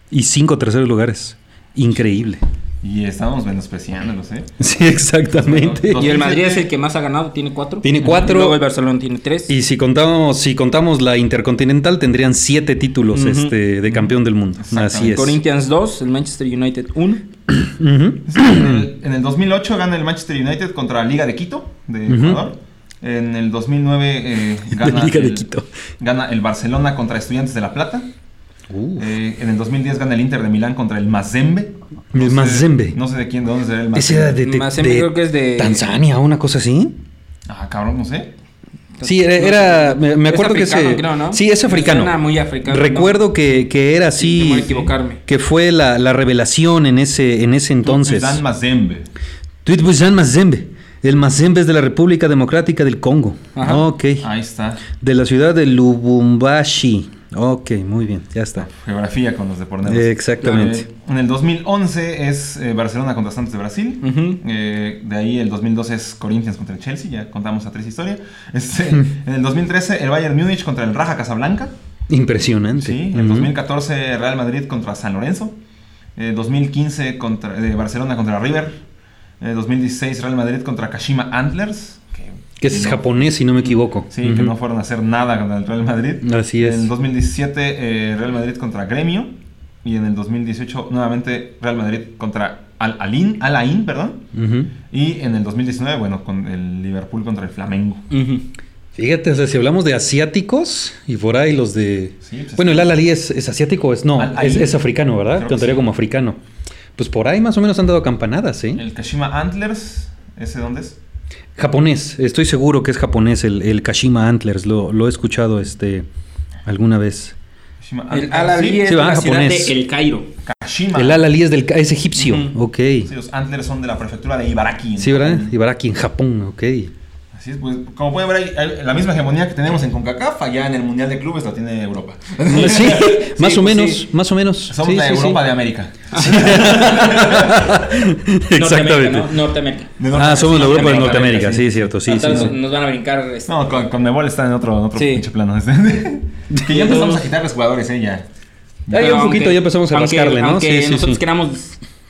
S3: Y cinco terceros lugares. Increíble.
S1: Y estábamos menospreciándolos, ¿eh?
S3: Sí, exactamente.
S1: Bueno,
S2: Y el Madrid es el que más ha ganado, tiene cuatro.
S3: Tiene cuatro.
S2: Luego el Barcelona tiene tres.
S3: Y si contamos, si contamos la Intercontinental, tendrían siete títulos
S2: Ujú.
S3: este, de campeón del mundo.
S1: Exactamente.
S3: Así es.
S2: Corinthians 2, el Manchester United 1.
S3: Ujú.
S1: Sí, Este, en, el, en el 2008 gana el Manchester United contra la Liga de Quito de
S3: Ujú.
S1: Ecuador. En el 2009 eh,
S3: La
S1: gana,
S3: Liga de
S1: el,
S3: Quito.
S1: gana el Barcelona contra Estudiantes de La Plata.
S3: Uh.
S1: Eh, en el 2010 gana el Inter de Milán contra el Mazembe.
S3: El Mazembe.
S1: No sé de quién, de dónde será el
S3: Ese era
S1: Mazembe.
S3: de, de-
S2: Mazembe
S3: de
S2: creo que es de-
S3: Tanzania, una cosa así.
S1: Ah, cabrón, no sé.
S3: Sí, era, era- me, me
S2: Es
S3: acuerdo que
S2: africano,
S3: se-
S2: creo, ¿no?
S3: Sí, es
S2: Me
S3: africano.
S2: suena muy africano,
S3: Recuerdo que, que era así.
S2: temo equivocarme.
S3: Que fue la, la revelación en ese, en ese entonces.
S1: Dan Mazembe.
S3: Tuit Buzan Mazembe. El Mazembe es de la República Democrática del Congo.
S2: Ajá.
S3: Ok.
S1: Ahí está.
S3: De la ciudad de Lubumbashi. Ok, muy bien, ya está.
S1: Geografía con los de Porneros.
S3: Eh, exactamente.
S1: Eh, en el 2011 es eh, Barcelona contra Santos de Brasil.
S2: Ujú.
S1: Eh, de ahí el 2012 es Corinthians contra el Chelsea. Ya contamos a tres historias. Este, en el 2013 el Bayern Múnich contra el Raja Casablanca.
S3: Impresionante.
S1: Sí, en
S3: Ujú.
S1: 2014 Real Madrid contra San Lorenzo. Eh, 2015 contra, eh, Barcelona contra River. Eh, 2016 Real Madrid contra Kashima Antlers. Que,
S3: Que es
S1: no-
S3: japonés, si no me equivoco.
S1: Sí, que
S3: Ujú.
S1: no fueron a hacer nada contra el Real Madrid.
S3: Así es.
S1: En el 2017 eh, Real Madrid contra Gremio. Y en el 2018 nuevamente Real Madrid contra Al Alin, Al Ain, perdón.
S3: Ujú.
S1: Y en el 2019, bueno, con el Liverpool contra el Flamengo.
S2: Ujú.
S3: Fíjate, o sea, si hablamos de asiáticos y por ahí los de.
S1: Sí, pues,
S3: bueno, el Al-Ali es, es asiático, es no,
S1: Al-Ahly.
S3: es, es africano, ¿verdad?
S1: Creo que
S3: Contaría
S1: sí.
S3: como africano. Pues por ahí más o menos han dado campanadas, ¿eh? ¿sí?
S1: El Kashima Antlers, ¿ese dónde es?
S3: Japonés, estoy seguro que es japonés el, el Kashima Antlers, lo, lo he escuchado este alguna vez.
S1: Kashima Antlers,
S2: El Al
S1: sí.
S2: Ali es
S3: Sí,
S2: de
S3: va,
S2: la ciudad
S3: japonés.
S2: de El Cairo.
S1: Kashima.
S3: El Al-Ali es, del, ca- es egipcio,
S2: Ujú.
S3: ok.
S1: Sí, los Antlers son de la prefectura de Ibaraki. en
S3: Sí, ¿verdad?
S1: Japón.
S3: Ibaraki en Japón, ok.
S1: Así es, pues, como pueden ver, ahí, ahí, la misma hegemonía que tenemos en CONCACAF, allá en el Mundial de Clubes la tiene Europa.
S3: Sí, más
S2: Sí,
S3: o
S2: pues,
S3: menos,
S2: sí.
S3: más o menos.
S1: Somos
S3: Sí,
S1: la
S3: sí, sí.
S1: Europa de América.
S3: Exactamente.
S2: Norteamérica, ¿no? Norteamérica.
S1: De Norte-
S3: Ah, somos la Europa de
S1: Norteamérica,
S3: Norteamérica, sí, cierto, sí, sí,
S2: Ahorita
S3: sí.
S2: Nos, nos van a brincar. este,
S1: No, con, con Mebol está en otro, en otro
S2: Sí.
S1: pinche plano. este. que ya empezamos a quitar los jugadores, ¿eh? Ya.
S3: Ya, ya un poquito, ya empezamos a
S2: aunque-
S3: rascarle, ¿no?
S2: Aunque
S3: Sí, sí,
S2: nosotros
S3: sí.
S2: queramos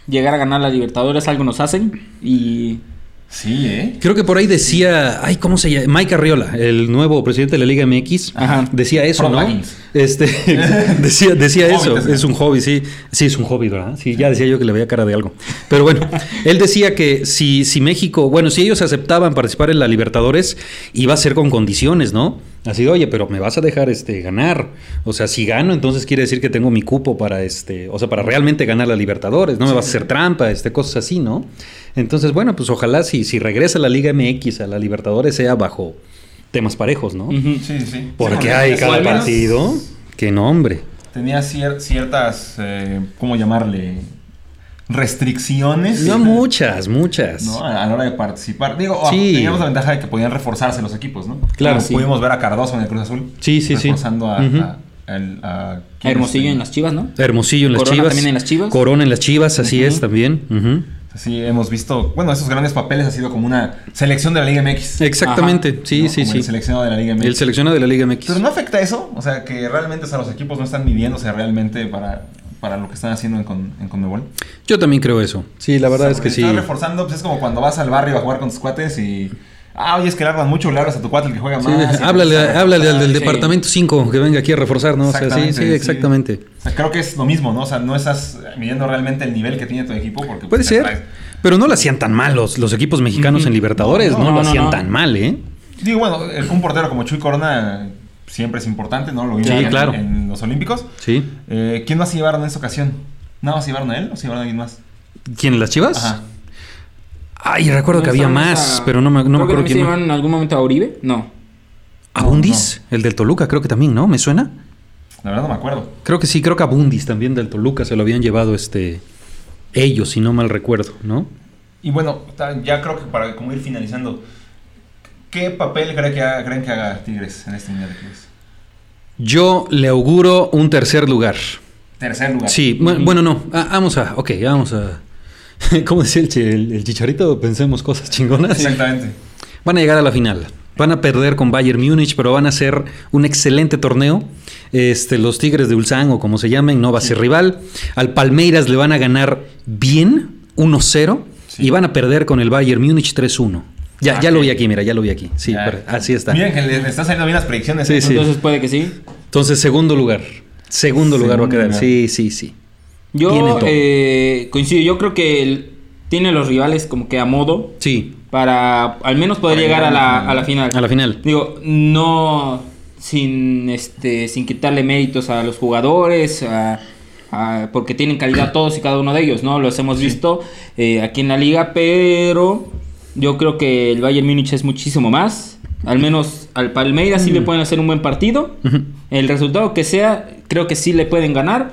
S2: llegar a ganar la Libertadores, algo nos hacen. Y
S1: Sí, ¿eh?
S3: Creo que por ahí decía, ay, ¿cómo se llama? Mike Arriola, el nuevo presidente de la Liga MX,
S2: Ajá.
S3: decía eso,
S1: Pro
S3: ¿no?
S1: Vikings.
S3: Este, decía, decía
S1: Hobbit,
S3: eso,
S1: es-
S3: es un hobby, sí, sí, es un hobby, ¿verdad? Sí, ya decía yo que le veía cara de algo. Pero bueno, él decía que si, si México, bueno, si ellos aceptaban participar en la Libertadores, iba a ser con condiciones, ¿no? Así de, oye, pero me vas a dejar este, ganar. O sea, si gano, entonces quiere decir que tengo mi cupo para este, o sea, para realmente ganar la Libertadores, no me vas a hacer trampa, este, cosas así, ¿no? Entonces, bueno, pues ojalá si, si regresa la Liga MX a la Libertadores sea bajo temas parejos, ¿no?
S2: ujú.
S1: Sí, sí, sí. Sí,
S3: Porque hay
S1: o
S3: cada
S1: al menos
S3: partido. Qué nombre.
S1: Tenía cier- ciertas, eh, ¿cómo llamarle? Restricciones.
S3: No muchas, muchas.
S1: ¿no? A a la hora de participar. Digo, ah,
S3: Sí.
S1: teníamos la ventaja de que podían reforzarse los equipos, ¿no?
S3: Claro,
S1: Como
S3: sí.
S1: Pudimos ver a Cardoso en el Cruz Azul.
S3: Sí, sí, sí.
S1: reforzando a,
S3: Ujú.
S1: a- al- a-
S2: A Hermosillo en las chivas, ¿no?
S3: Hermosillo en las
S2: Corona
S3: Chivas.
S2: también en las Chivas.
S3: Corona en las Chivas, así es también. Ujú.
S1: Sí, hemos visto. Bueno, esos grandes papeles ha sido como una selección de la Liga MX.
S3: Exactamente, sí,
S1: ¿no?
S3: sí,
S1: Como
S3: sí.
S1: El seleccionado de la Liga MX.
S3: El seleccionado de la Liga MX.
S1: Pero no afecta eso, o sea, que realmente o sea, los equipos no están midiéndose realmente para, para lo que están haciendo en, con, en Conmebol.
S3: Yo también creo eso. Sí, la verdad
S1: O sea,
S3: es que
S1: porque
S3: sí.
S1: Estás reforzando, pues es como cuando vas al barrio a jugar con tus cuates y. Ah, oye, es que le hablan mucho, le hablas a tu cuate el que juega
S3: Sí,
S1: más. y-
S3: háblale, háblale al del
S1: Sí.
S3: departamento 5 que venga aquí a reforzar, ¿no? O sea, sí,
S1: Exactamente,
S3: sí, exactamente.
S1: O sea, creo que es lo mismo, ¿no? O sea, no estás midiendo realmente el nivel que tiene tu equipo porque...
S3: Puede
S1: pues, te traes-
S3: ser. Pero no la hacían tan mal los, los equipos mexicanos en Libertadores,
S1: No,
S3: no,
S1: no,
S3: lo
S2: no,
S3: hacían
S2: no.
S3: tan mal, ¿eh?
S1: Digo, bueno, eh, un portero como Chuy Corona siempre es importante, ¿no? Lo vimos
S3: Sí,
S1: en,
S3: claro.
S1: en los Olímpicos.
S3: Sí.
S1: Eh, ¿Quién más se llevaron en esta ocasión? ¿Nada más se llevaron a él o se llevaron a alguien más?
S3: ¿Quién las Chivas?
S1: Ajá.
S3: Ay, recuerdo que había
S2: Estamos
S3: más,
S2: a-
S3: pero no me, no me
S2: creo que
S3: acuerdo
S2: también se
S3: quién. más.
S2: llamaron en algún momento a Uribe? No.
S3: Abundis, el del Toluca, creo que también, ¿no? ¿Me suena?
S1: La verdad no me acuerdo.
S3: Creo que sí, creo que Abundis también del Toluca se lo habían llevado este ellos, si no mal recuerdo, ¿no?
S1: Y bueno, ta- ya creo que para como ir finalizando, ¿qué papel cree que ha- creen que haga Tigres en este Mundial de Clubes?
S3: Yo le auguro un tercer lugar.
S1: Tercer lugar.
S3: Sí, bu-
S2: Mm.
S3: bueno, no, ah, vamos a, ok, vamos a... ¿Cómo decía el, chi- el- el chicharito? Pensemos cosas chingonas.
S1: Exactamente.
S3: Van a llegar a la final. Van a perder con Bayern Múnich, pero van a hacer un excelente torneo. Este, los Tigres de Ulsan o como se llamen, no va a ser rival. Al Palmeiras le van a ganar bien, 1-0,
S1: Sí.
S3: y van a perder con el Bayern Múnich 3-1. Ya,
S1: Ah,
S3: ya lo
S1: ok.
S3: vi aquí, mira, ya lo vi aquí. Sí,
S1: Ya.
S3: pero así está.
S1: Miren que le, le están saliendo bien las predicciones.
S3: Sí,
S1: ¿eh?
S3: sí.
S2: Entonces puede que sí.
S3: Entonces, segundo lugar. Segundo lugar va a
S1: Segundo
S3: quedar.
S1: lugar.
S3: Sí, sí, sí. Tiene
S2: Yo
S3: todo.
S2: eh, coincido, yo creo que él tiene los rivales como que a modo
S3: Sí,
S2: para al menos poder
S1: Para
S2: llegar a la, a la final.
S3: a la final.
S2: Digo, no sin este sin quitarle méritos a los jugadores, a, ah, porque tienen calidad todos y cada uno de ellos, ¿no? Los hemos visto eh, aquí en la liga, pero yo creo que el Bayern Múnich es muchísimo más. Al menos al Palmeiras sí le pueden hacer un buen partido. El resultado que sea, creo que sí le pueden ganar,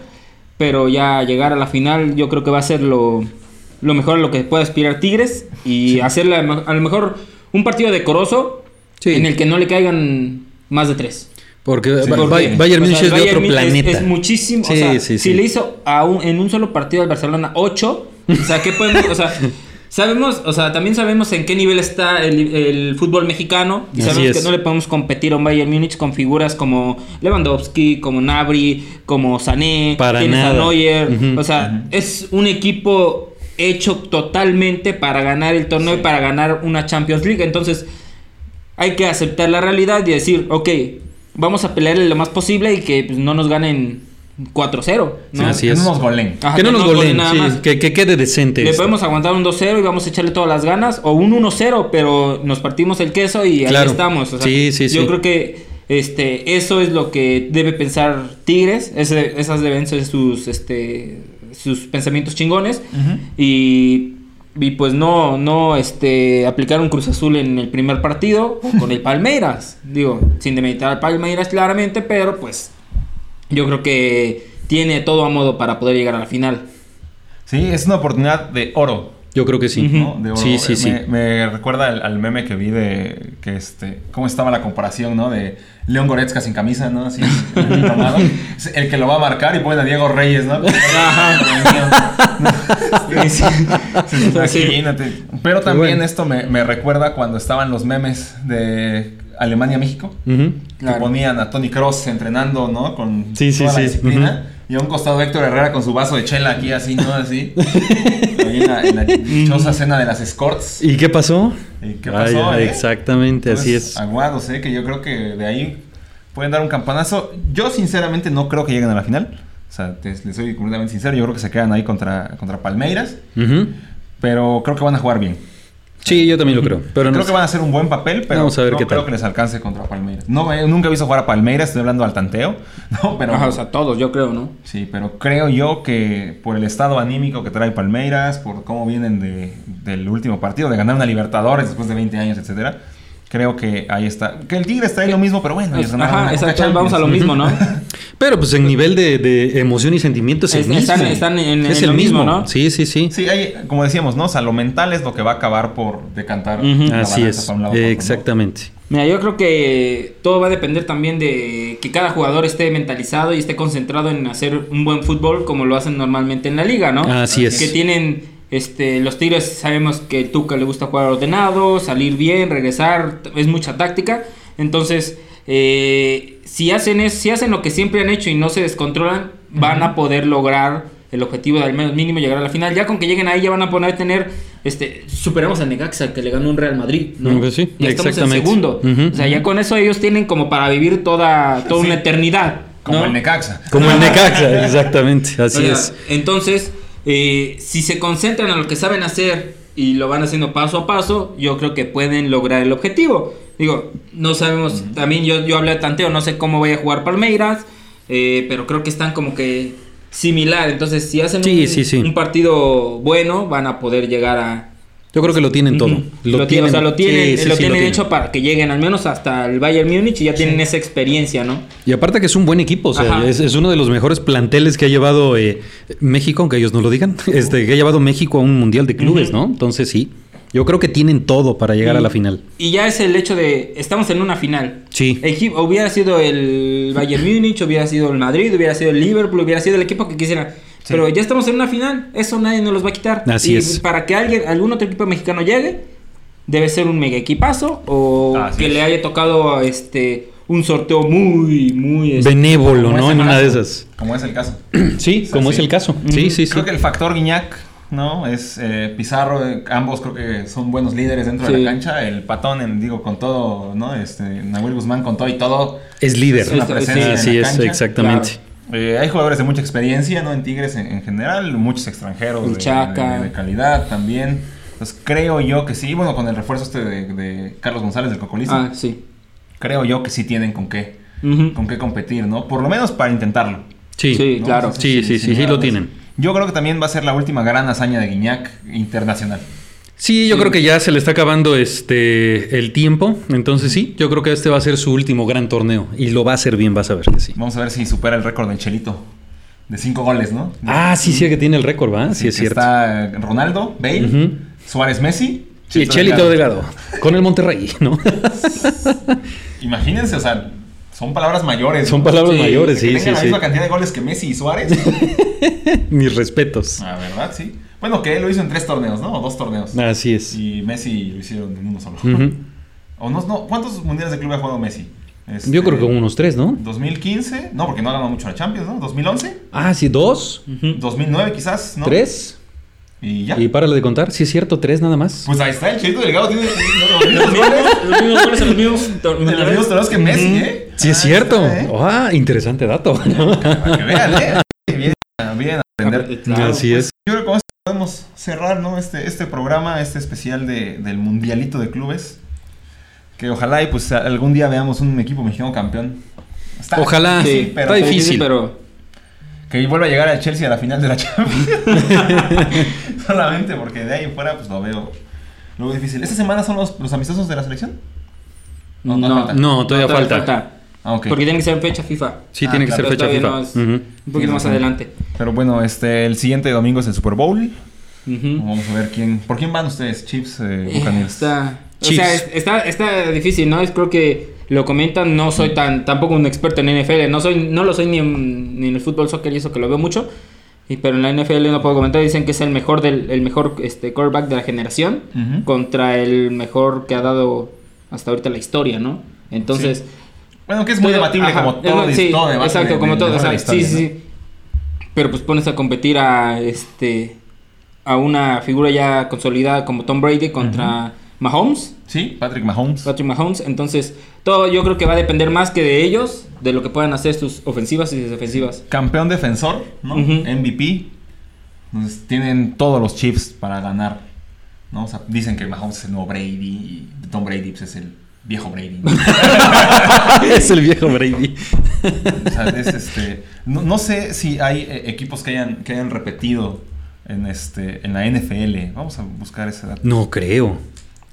S2: pero ya llegar a la final yo creo que va a ser lo, lo mejor a lo que pueda aspirar Tigres y hacerle a lo- a lo mejor un partido decoroso
S3: Sí.
S2: en el que no le caigan más de tres.
S3: Porque
S1: Sí,
S3: Eh, Ba-
S1: porque-
S3: Ba- Bayern
S2: O sea,
S3: Múnich
S2: el
S3: es de
S2: Bayern
S3: otro
S2: Múnich es-
S3: planeta.
S2: Es, muchísimo.
S3: Sí,
S2: o sea,
S3: sí,
S2: Si
S3: sí.
S2: le hizo a un- en un solo partido al Barcelona 8, o sea, ¿qué podemos.? O sea, sabemos, o sea, también sabemos en qué nivel está el, el fútbol mexicano. Y
S3: Así
S2: sabemos que
S3: es.
S2: no le podemos competir a un Bayern Múnich con figuras como Lewandowski, como Nabri, como Sané,
S3: Para
S2: tienes a
S3: nada.
S2: Neuer.
S3: Ujú.
S2: O sea, es un equipo hecho totalmente para ganar el torneo y para ganar una Champions League. Entonces hay que aceptar la realidad y decir, ok, vamos a pelearle lo más posible y que pues, no nos ganen 4-0. ¿no?
S3: Sí, así es.
S1: No nos golen.
S2: Ajá,
S3: que no nos goleen,
S2: nada
S3: sí,
S2: más.
S3: que, que quede decente.
S2: Le
S3: esto.
S2: podemos aguantar un 2-0 y vamos a echarle todas las ganas, o un 1-0, pero nos partimos el queso y ahí
S3: Claro.
S2: estamos. o sea,
S3: Sí, sí,
S2: Yo
S3: sí.
S2: creo que este, eso es lo que debe pensar Tigres, ese- esas deben ser sus, este, sus pensamientos chingones. Y, y, pues no, no este, aplicar un Cruz Azul en el primer partido o con el Palmeiras. Digo, sin demeritar al Palmeiras claramente, pero pues yo creo que tiene todo a modo para poder llegar a la final.
S1: Sí, es una oportunidad de oro.
S3: Yo creo que sí.
S1: ¿no? De oro.
S3: Sí, sí,
S1: Eh,
S3: sí.
S1: Me, me recuerda al, al meme que vi de que este, cómo estaba la comparación, ¿no? De León Goretzka sin camisa, ¿no? Así, entonado. Es el que lo va a marcar y ponen a Diego Reyes, ¿no? Sí, sí,
S2: Sí.
S1: Imagínate. Pero también
S3: bueno.
S1: esto me, me recuerda cuando estaban los memes de Alemania-México.
S3: Ujú.
S2: Claro.
S1: Que ponían a Tony Cross entrenando, ¿no? Con
S3: Sí, sí,
S1: toda la
S3: sí.
S1: disciplina. Y a un costado Héctor Herrera con su vaso de chela aquí, así, ¿no? Así. Ahí en la, en la dichosa cena de las escorts.
S3: ¿Y qué pasó?
S1: ¿Y qué
S3: Ay,
S1: pasó, eh?
S3: Exactamente, así
S1: Entonces,
S3: es.
S1: Aguados, ¿eh? Que yo creo que de ahí pueden dar un campanazo. Yo, sinceramente, no creo que lleguen a la final. O sea, te- les soy completamente sincero. Yo creo que se quedan ahí contra, contra Palmeiras.
S3: Ujú.
S1: Pero creo que van a jugar bien.
S3: Sí, yo también lo creo. Pero no
S1: creo
S3: sé.
S1: que van a hacer un buen papel, pero
S3: Vamos a ver
S1: no
S3: qué
S1: creo
S3: tal.
S1: que les alcance contra Palmeiras. No, eh, nunca he visto jugar a Palmeiras, estoy hablando al tanteo. No, pero.
S2: Ajá, o sea, todos, yo creo, ¿no?
S1: Sí, pero creo yo que por el estado anímico que trae Palmeiras, por cómo vienen de, del último partido, de ganar una Libertadores después de 20 años, etcétera, creo que ahí está. Que el Tigres trae lo mismo, pero bueno, ellos ganaron
S2: Pues, Ajá,
S1: una Copa
S2: exacto, vamos a lo
S1: Champions.
S2: mismo, ¿no?
S3: Pero pues en nivel de, de emoción y sentimiento es el
S2: Es-
S3: mismo.
S2: están- están en-
S3: es
S2: en
S3: el
S2: lo
S3: mismo,
S2: mismo, ¿no?
S3: Sí, sí, sí.
S1: Sí, hay, como decíamos, ¿no? O sea, lo mental es lo que va a acabar por decantar.
S2: Ujú.
S1: la
S3: Así
S1: balanza
S3: es.
S1: para un lado o para otro, ¿no?
S3: Exactamente.
S2: Mira, yo creo que todo va a depender también de que cada jugador esté mentalizado y esté concentrado en hacer un buen fútbol como lo hacen normalmente en la liga, ¿no?
S3: Así
S2: Que
S3: es.
S2: tienen, este, los Tigres sabemos que el Tuca le gusta jugar ordenado, salir bien, regresar, t- es mucha táctica. Entonces, eh, si hacen es, si hacen lo que siempre han hecho y no se descontrolan, van a poder lograr el objetivo de al menos mínimo llegar a la final. Ya con que lleguen ahí ya van a poder tener, este, superamos a Necaxa que le ganó un Real Madrid, ¿no?
S3: Pues sí,
S2: ya estamos en
S3: exactamente.
S2: segundo.
S3: Ujú.
S2: O sea, ya con eso ellos tienen como para vivir toda, toda una
S1: Sí.
S2: eternidad.
S1: Como
S2: ¿no?
S1: el Necaxa.
S3: Como el Necaxa, exactamente. Así
S2: O sea,
S3: es.
S2: Entonces, eh, si se concentran en lo que saben hacer y lo van haciendo paso a paso, yo creo que pueden lograr el objetivo. Digo, no sabemos, también yo, yo hablé de tanteo, no sé cómo vaya a jugar Palmeiras, eh, pero creo que están como que similar. Entonces, si hacen
S3: Sí,
S2: un,
S3: sí, sí.
S2: un partido bueno, van a poder llegar a...
S3: Yo creo que lo tienen todo.
S2: Ujú. Lo, tienen, o sea, lo tienen,
S3: Sí, sí,
S2: lo
S3: sí,
S2: tienen hecho para que lleguen al menos hasta el Bayern Múnich y ya tienen esa experiencia, ¿no?
S3: Y aparte que es un buen equipo, o sea,
S2: Ajá.
S3: es, es uno de los mejores planteles que ha llevado eh, México, aunque ellos no lo digan, este, que ha llevado México a un mundial de clubes,
S2: Ujú.
S3: ¿no? Entonces sí, yo creo que tienen todo para llegar a la final.
S2: Y ya es el hecho de, estamos en una final.
S3: Sí.
S2: Equi- hubiera sido el Bayern Múnich, hubiera sido el Madrid, hubiera sido el Liverpool, hubiera sido el equipo que quisiera. Pero ya estamos en una final, eso nadie nos los va a quitar.
S3: Así
S2: Y
S3: es.
S2: Para que alguien, algún otro equipo mexicano llegue, debe ser un mega equipazo o
S1: Así
S2: que
S1: es.
S2: le haya tocado este un sorteo muy, muy... este,
S3: Benévolo,
S1: Como
S3: ¿no?
S1: es
S3: En
S1: el
S3: una de
S1: caso.
S3: esas.
S1: Como es el caso.
S3: Sí, como
S1: así.
S3: es el caso. Sí, sí, sí.
S1: Creo que el factor Guiñac, ¿no? Es eh, Pizarro, eh, ambos creo que son buenos líderes dentro de
S2: Sí.
S1: la cancha. El patón, en- digo, con todo, ¿no? Este, Nahuel Guzmán con todo y todo.
S3: Es líder.
S1: Es una
S2: Sí,
S1: presencia.
S3: Sí,
S2: en la
S3: así
S1: en la
S3: es,
S1: cancha.
S3: exactamente.
S1: Eh, hay jugadores de mucha experiencia, ¿no? En Tigres en, en general, muchos extranjeros
S2: El
S1: de,
S2: Chaca.
S1: de- de calidad también. Entonces creo yo que sí, bueno, con el refuerzo este de, de Carlos González del Cocolizo,
S2: Ah, sí.
S1: creo yo que sí tienen con qué,
S2: Ujú.
S1: con qué competir, ¿no? Por lo menos para intentarlo.
S3: Sí,
S2: Sí,
S3: sí,
S2: claro.
S3: sí, sí, sí, sí lo tienen.
S1: Yo creo que también va a ser la última gran hazaña de Guiñac internacional.
S3: Sí, yo
S2: Sí.
S3: creo que ya se le está acabando este el tiempo, entonces sí, yo creo que este va a ser su último gran torneo y lo va a hacer bien, vas a ver que sí.
S1: Vamos a ver si supera el récord del Chelito. De cinco goles, ¿no?
S3: Ah, sí, sí, que tiene el récord, ¿va? Sí, es
S1: Que
S3: cierto.
S1: Está eh, Ronaldo, Bale,
S3: Ujú.
S1: Suárez Messi.
S3: Y Chelito Delgado, con el Monterrey, ¿no?
S1: Imagínense, o sea, son palabras mayores.
S3: Son
S1: ¿no?
S3: palabras
S2: Sí,
S1: que
S3: mayores, sí,
S1: tengan
S3: sí,
S1: la
S3: sí.
S1: misma cantidad de goles que Messi y Suárez.
S3: Mis respetos.
S1: La verdad, sí. Bueno, que él lo hizo en tres torneos, ¿no? O dos torneos.
S3: Así es.
S1: Y Messi lo hicieron en uno solo.
S3: Ujú.
S1: O no, no, ¿Cuántos mundiales de club ha jugado Messi? Este,
S3: Yo creo que unos tres, ¿no?
S1: 2015, no, porque no ha ganado mucho la Champions, ¿no? 2011,
S3: Ah, sí, dos,
S1: 2009 quizás, ¿no?
S3: tres.
S1: Y ya.
S3: Y párale de contar, sí es cierto, tres nada más.
S1: Pues ahí está, el Chelito Delgado tiene los mismos goles
S2: Los mismos goles en los mismos
S1: de los mismos torneos que Messi, ¿eh?
S3: Sí es
S1: Ah,
S3: cierto.
S1: está, ¿eh?
S3: Ah, interesante dato.
S1: Para que vean, ¿eh? Bien, bien aprender.
S2: Claro.
S3: Así es.
S1: Yo creo que con esto podemos cerrar, ¿no? Este, este programa, este especial de, del Mundialito de Clubes. Que ojalá y pues algún día veamos un equipo mexicano campeón. Está-
S3: Ojalá.
S2: Sí,
S1: pero-
S3: está difícil.
S2: pero
S1: Que vuelva a llegar al Chelsea a la final de la Champions. Solamente porque de ahí en fuera pues lo veo. Lo veo difícil. ¿Esta semana son los, los amistosos de la selección?
S2: no,
S1: falta.
S3: No, todavía falta.
S1: Ah, ok.
S2: Porque tiene que ser fecha FIFA.
S3: Sí,
S1: Ah,
S3: tiene que
S1: claro,
S3: ser
S2: Pero
S3: fecha
S2: todavía
S3: FIFA.
S2: no es-
S3: Ujú.
S2: Un poquito más adelante.
S1: Pero bueno, este, el siguiente domingo es el Super Bowl.
S2: Ujú.
S1: Vamos a ver quién. ¿Por quién van ustedes? Chips, eh,
S2: Eh,
S1: Buccaneers.
S2: Está, o
S3: Chiefs.
S2: sea, es- está, está difícil, ¿no? Es creo que lo comentan, no
S1: Mm.
S2: soy tan tampoco un experto en NFL, no soy no lo soy ni en, ni en el fútbol soccer y eso que lo veo mucho, y, pero en la NFL no puedo comentar, dicen que es el mejor del el mejor este quarterback de la generación
S1: Ujú.
S2: contra el mejor que ha dado hasta ahorita la historia, ¿no? Entonces,
S1: Bueno, que es muy
S2: todo-
S1: debatible
S2: ajá,
S1: como
S2: es
S1: todo.
S2: muy-
S1: dis-
S2: sí,
S1: todo debate
S2: exacto,
S1: de-
S2: como
S1: de-
S2: todo,
S1: de
S2: o sea,
S1: la
S2: sí,
S1: historia,
S2: sí, sí. Pero pues pones a competir a este a una figura ya consolidada como Tom Brady contra Mahomes,
S1: ¿no? Sí, Patrick Mahomes.
S2: Patrick Mahomes, entonces todo yo creo que va a depender más que de ellos, de lo que puedan hacer sus ofensivas y sus defensivas.
S1: Campeón defensor, ¿no?
S2: Ujú.
S1: MVP. Entonces, tienen todos los chips para ganar. ¿no? O sea, dicen que Mahomes es el nuevo Brady y Tom Brady pues, es el viejo Brady. ¿no?
S3: es el viejo Brady.
S1: O sea, es, este, no, no sé si hay eh, equipos que hayan, que hayan repetido en, este, en la NFL. Vamos a buscar ese dato.
S3: No creo.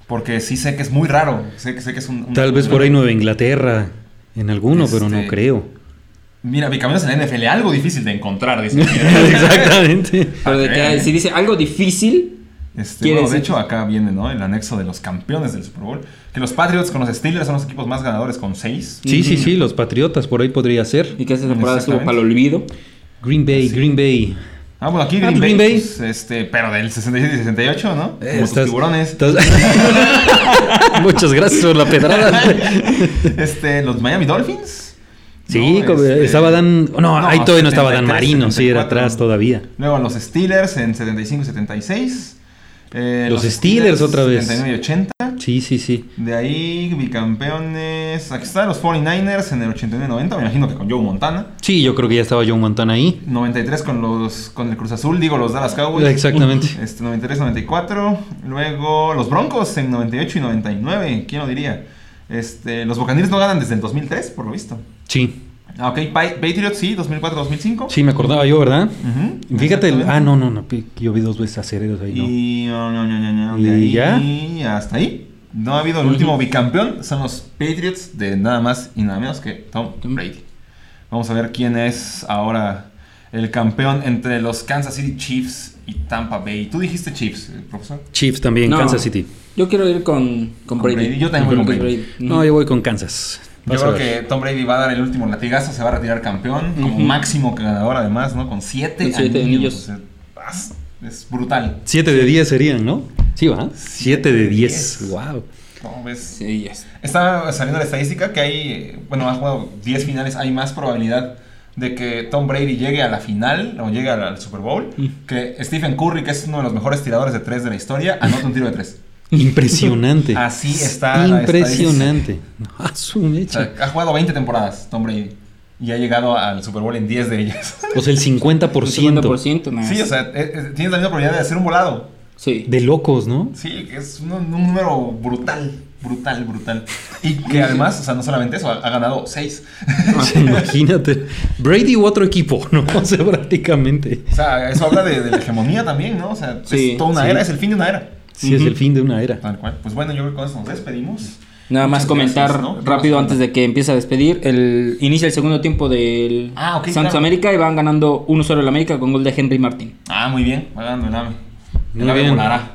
S1: Porque sí sé que es muy raro. Sé que, sé que es un, un-
S3: Tal vez
S1: un-
S3: por ahí Nueva Inglaterra, en alguno, pero no
S1: Este-
S3: creo.
S1: Mira, bicamiones en la NFL, algo difícil de encontrar, dice.
S3: Exactamente.
S2: Pero de que
S1: Ok.
S2: si dice algo difícil,
S1: Este,
S2: Quiere
S1: bueno, de
S2: decir-
S1: hecho, acá viene ¿no? el anexo de los campeones del Super Bowl. Que los Patriots con los Steelers son los equipos más ganadores con seis.
S3: Sí, sí, sí, los Patriotas por ahí podría ser.
S2: y que esta temporada estuvo
S1: Exactamente.
S2: para el olvido.
S3: Green Bay, Green Bay.
S1: Ah, bueno, aquí
S3: Ah,
S1: Green,
S3: pues,
S1: Bay,
S3: Green Bay. Eh,
S1: pues, este, pero del 67 y 68, ¿no? Como tus
S3: Estás-
S1: tiburones.
S3: estás- Muchas gracias por la pedrada.
S1: este, los Miami Dolphins.
S3: Sí,
S1: ¿no?
S3: como-
S1: Este,
S3: estaba Dan. No, ahí todavía no estaba
S1: 73,
S3: Dan Marino, sí, era
S1: 74.
S3: atrás todavía.
S1: Luego los Steelers en 75 y 76. Eh,
S3: Los Steelers otra vez.
S1: 79 y 80.
S3: Sí, sí, sí.
S1: De ahí, bicampeones. Aquí están los 49ers en el 89-90. Me imagino que con Joe Montana.
S3: Sí, yo creo que ya estaba John Montana ahí.
S1: 93 con los con el Cruz Azul, digo los Dallas Cowboys.
S3: Exactamente.
S1: Este 93-94. Luego los Broncos en 98 y 99. ¿Quién lo diría? Este, los Buccaneers no ganan desde el 2003, por lo visto.
S3: Sí,
S1: Ah, ok. Pa- Patriots sí, 2004-2005.
S3: sí, me acordaba yo, ¿verdad? Fíjate, el- ah, no, no, no, pi- yo vi dos veces a Cereros ahí, ¿no?
S1: Y, no, no, no, no, no, de
S3: ¿Y
S1: ahí
S3: ya?
S1: hasta ahí. No ha habido el último bicampeón. Son los Patriots de nada más y nada menos que Tom Brady. Vamos a ver quién es ahora el campeón entre los Kansas City Chiefs y Tampa Bay. Tú dijiste Chiefs, eh, profesor.
S3: Chiefs también,
S2: No.
S3: Kansas City.
S2: Yo quiero ir con, con,
S1: Con
S2: Brady.
S1: Brady. Yo también voy con Brady.
S3: No, yo voy con Kansas.
S1: Yo
S3: Vas a
S1: creo
S3: ver.
S1: que Tom Brady va a dar el último latigazo, se va a retirar campeón, como
S2: Ujú.
S1: máximo ganador además, ¿no? Con siete,
S2: Con siete anillos.
S1: O sea, as- es brutal.
S3: 7 de 10 serían, ¿no? Sí, va. 7 de
S1: de
S3: 10.
S1: diez.
S3: Wow.
S1: ¿no? ¿Ves?
S2: Sí, ya sé.
S1: Está saliendo la estadística que hay, eh, bueno, ha jugado 10 finales, hay más probabilidad de que Tom Brady llegue a la final o llegue al, al Super Bowl, que Stephen Curry, que es uno de los mejores tiradores de tres de la historia, anota un tiro de tres.
S3: Impresionante.
S1: Así está la
S3: Impresionante. Ah, su
S1: O
S3: mecha.
S1: sea, ha jugado 20 temporadas Tom Brady y ha llegado al Super Bowl en 10 de ellas.
S3: O sea, el 50%
S2: 50%, nada.
S1: sí, o sea, eh, eh, tienes la misma probabilidad de hacer un volado.
S2: Sí.
S3: de locos, ¿no?
S1: Sí, que es un, un número brutal. brutal, brutal. Y que además, o sea, no solamente eso, ha, ha ganado seis.
S3: Imagínate. Brady u otro equipo, ¿no? O sea, prácticamente.
S1: O sea, eso habla de, de la hegemonía también, ¿no? O sea,
S2: Sí,
S1: es toda una
S3: sí.
S1: era, es el fin de una era.
S3: Sí, es
S2: Ujú.
S3: el fin de una era.
S1: Tal cual. Pues bueno, yo creo que con eso nos despedimos.
S2: Nada más
S1: Muchas
S2: comentar
S1: gracias, ¿no?
S2: rápido antes de que empiece a despedir. El, inicia el segundo tiempo del
S1: Ah, ok,
S2: Santos
S1: claro.
S2: América y van ganando 1-0 el América con gol de Henry Martín.
S1: Ah, muy bien. Va ganando el AME.
S3: Muy
S1: El AME
S3: bien.
S1: volará.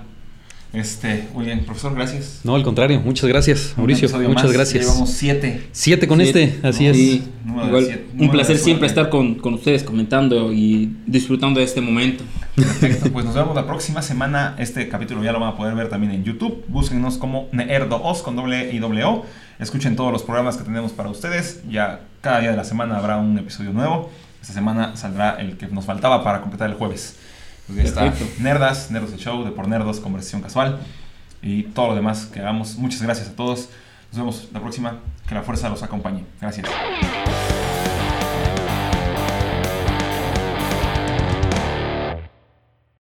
S1: Este, muy bien, profesor, gracias.
S3: No, al contrario. Muchas gracias,
S1: Un
S3: Mauricio.
S1: episodio
S3: Muchas
S1: más.
S3: gracias.
S1: Ya Llevamos siete.
S3: Siete con
S2: Siete.
S3: este, así
S2: No,
S3: es.
S2: sí,
S1: Número
S2: igual,
S1: siete,
S2: un
S1: número
S2: placer
S1: siete.
S2: siempre estar con, con ustedes comentando y disfrutando de este momento.
S1: Perfecto, pues nos vemos la próxima semana. Este capítulo ya lo van a poder ver también en YouTube. Búsquenos como Neerdoos con doble E y doble O. Escuchen todos los programas que tenemos para ustedes. Ya cada día de la semana habrá un episodio nuevo. Esta semana saldrá el que nos faltaba para completar el jueves. Pues ya está
S2: Perfecto.
S1: Nerdas, Nerdos de Show, de por Nerdos, Conversación Casual y todo lo demás que hagamos. Muchas gracias a todos. Nos vemos la próxima. Que la fuerza los acompañe. Gracias.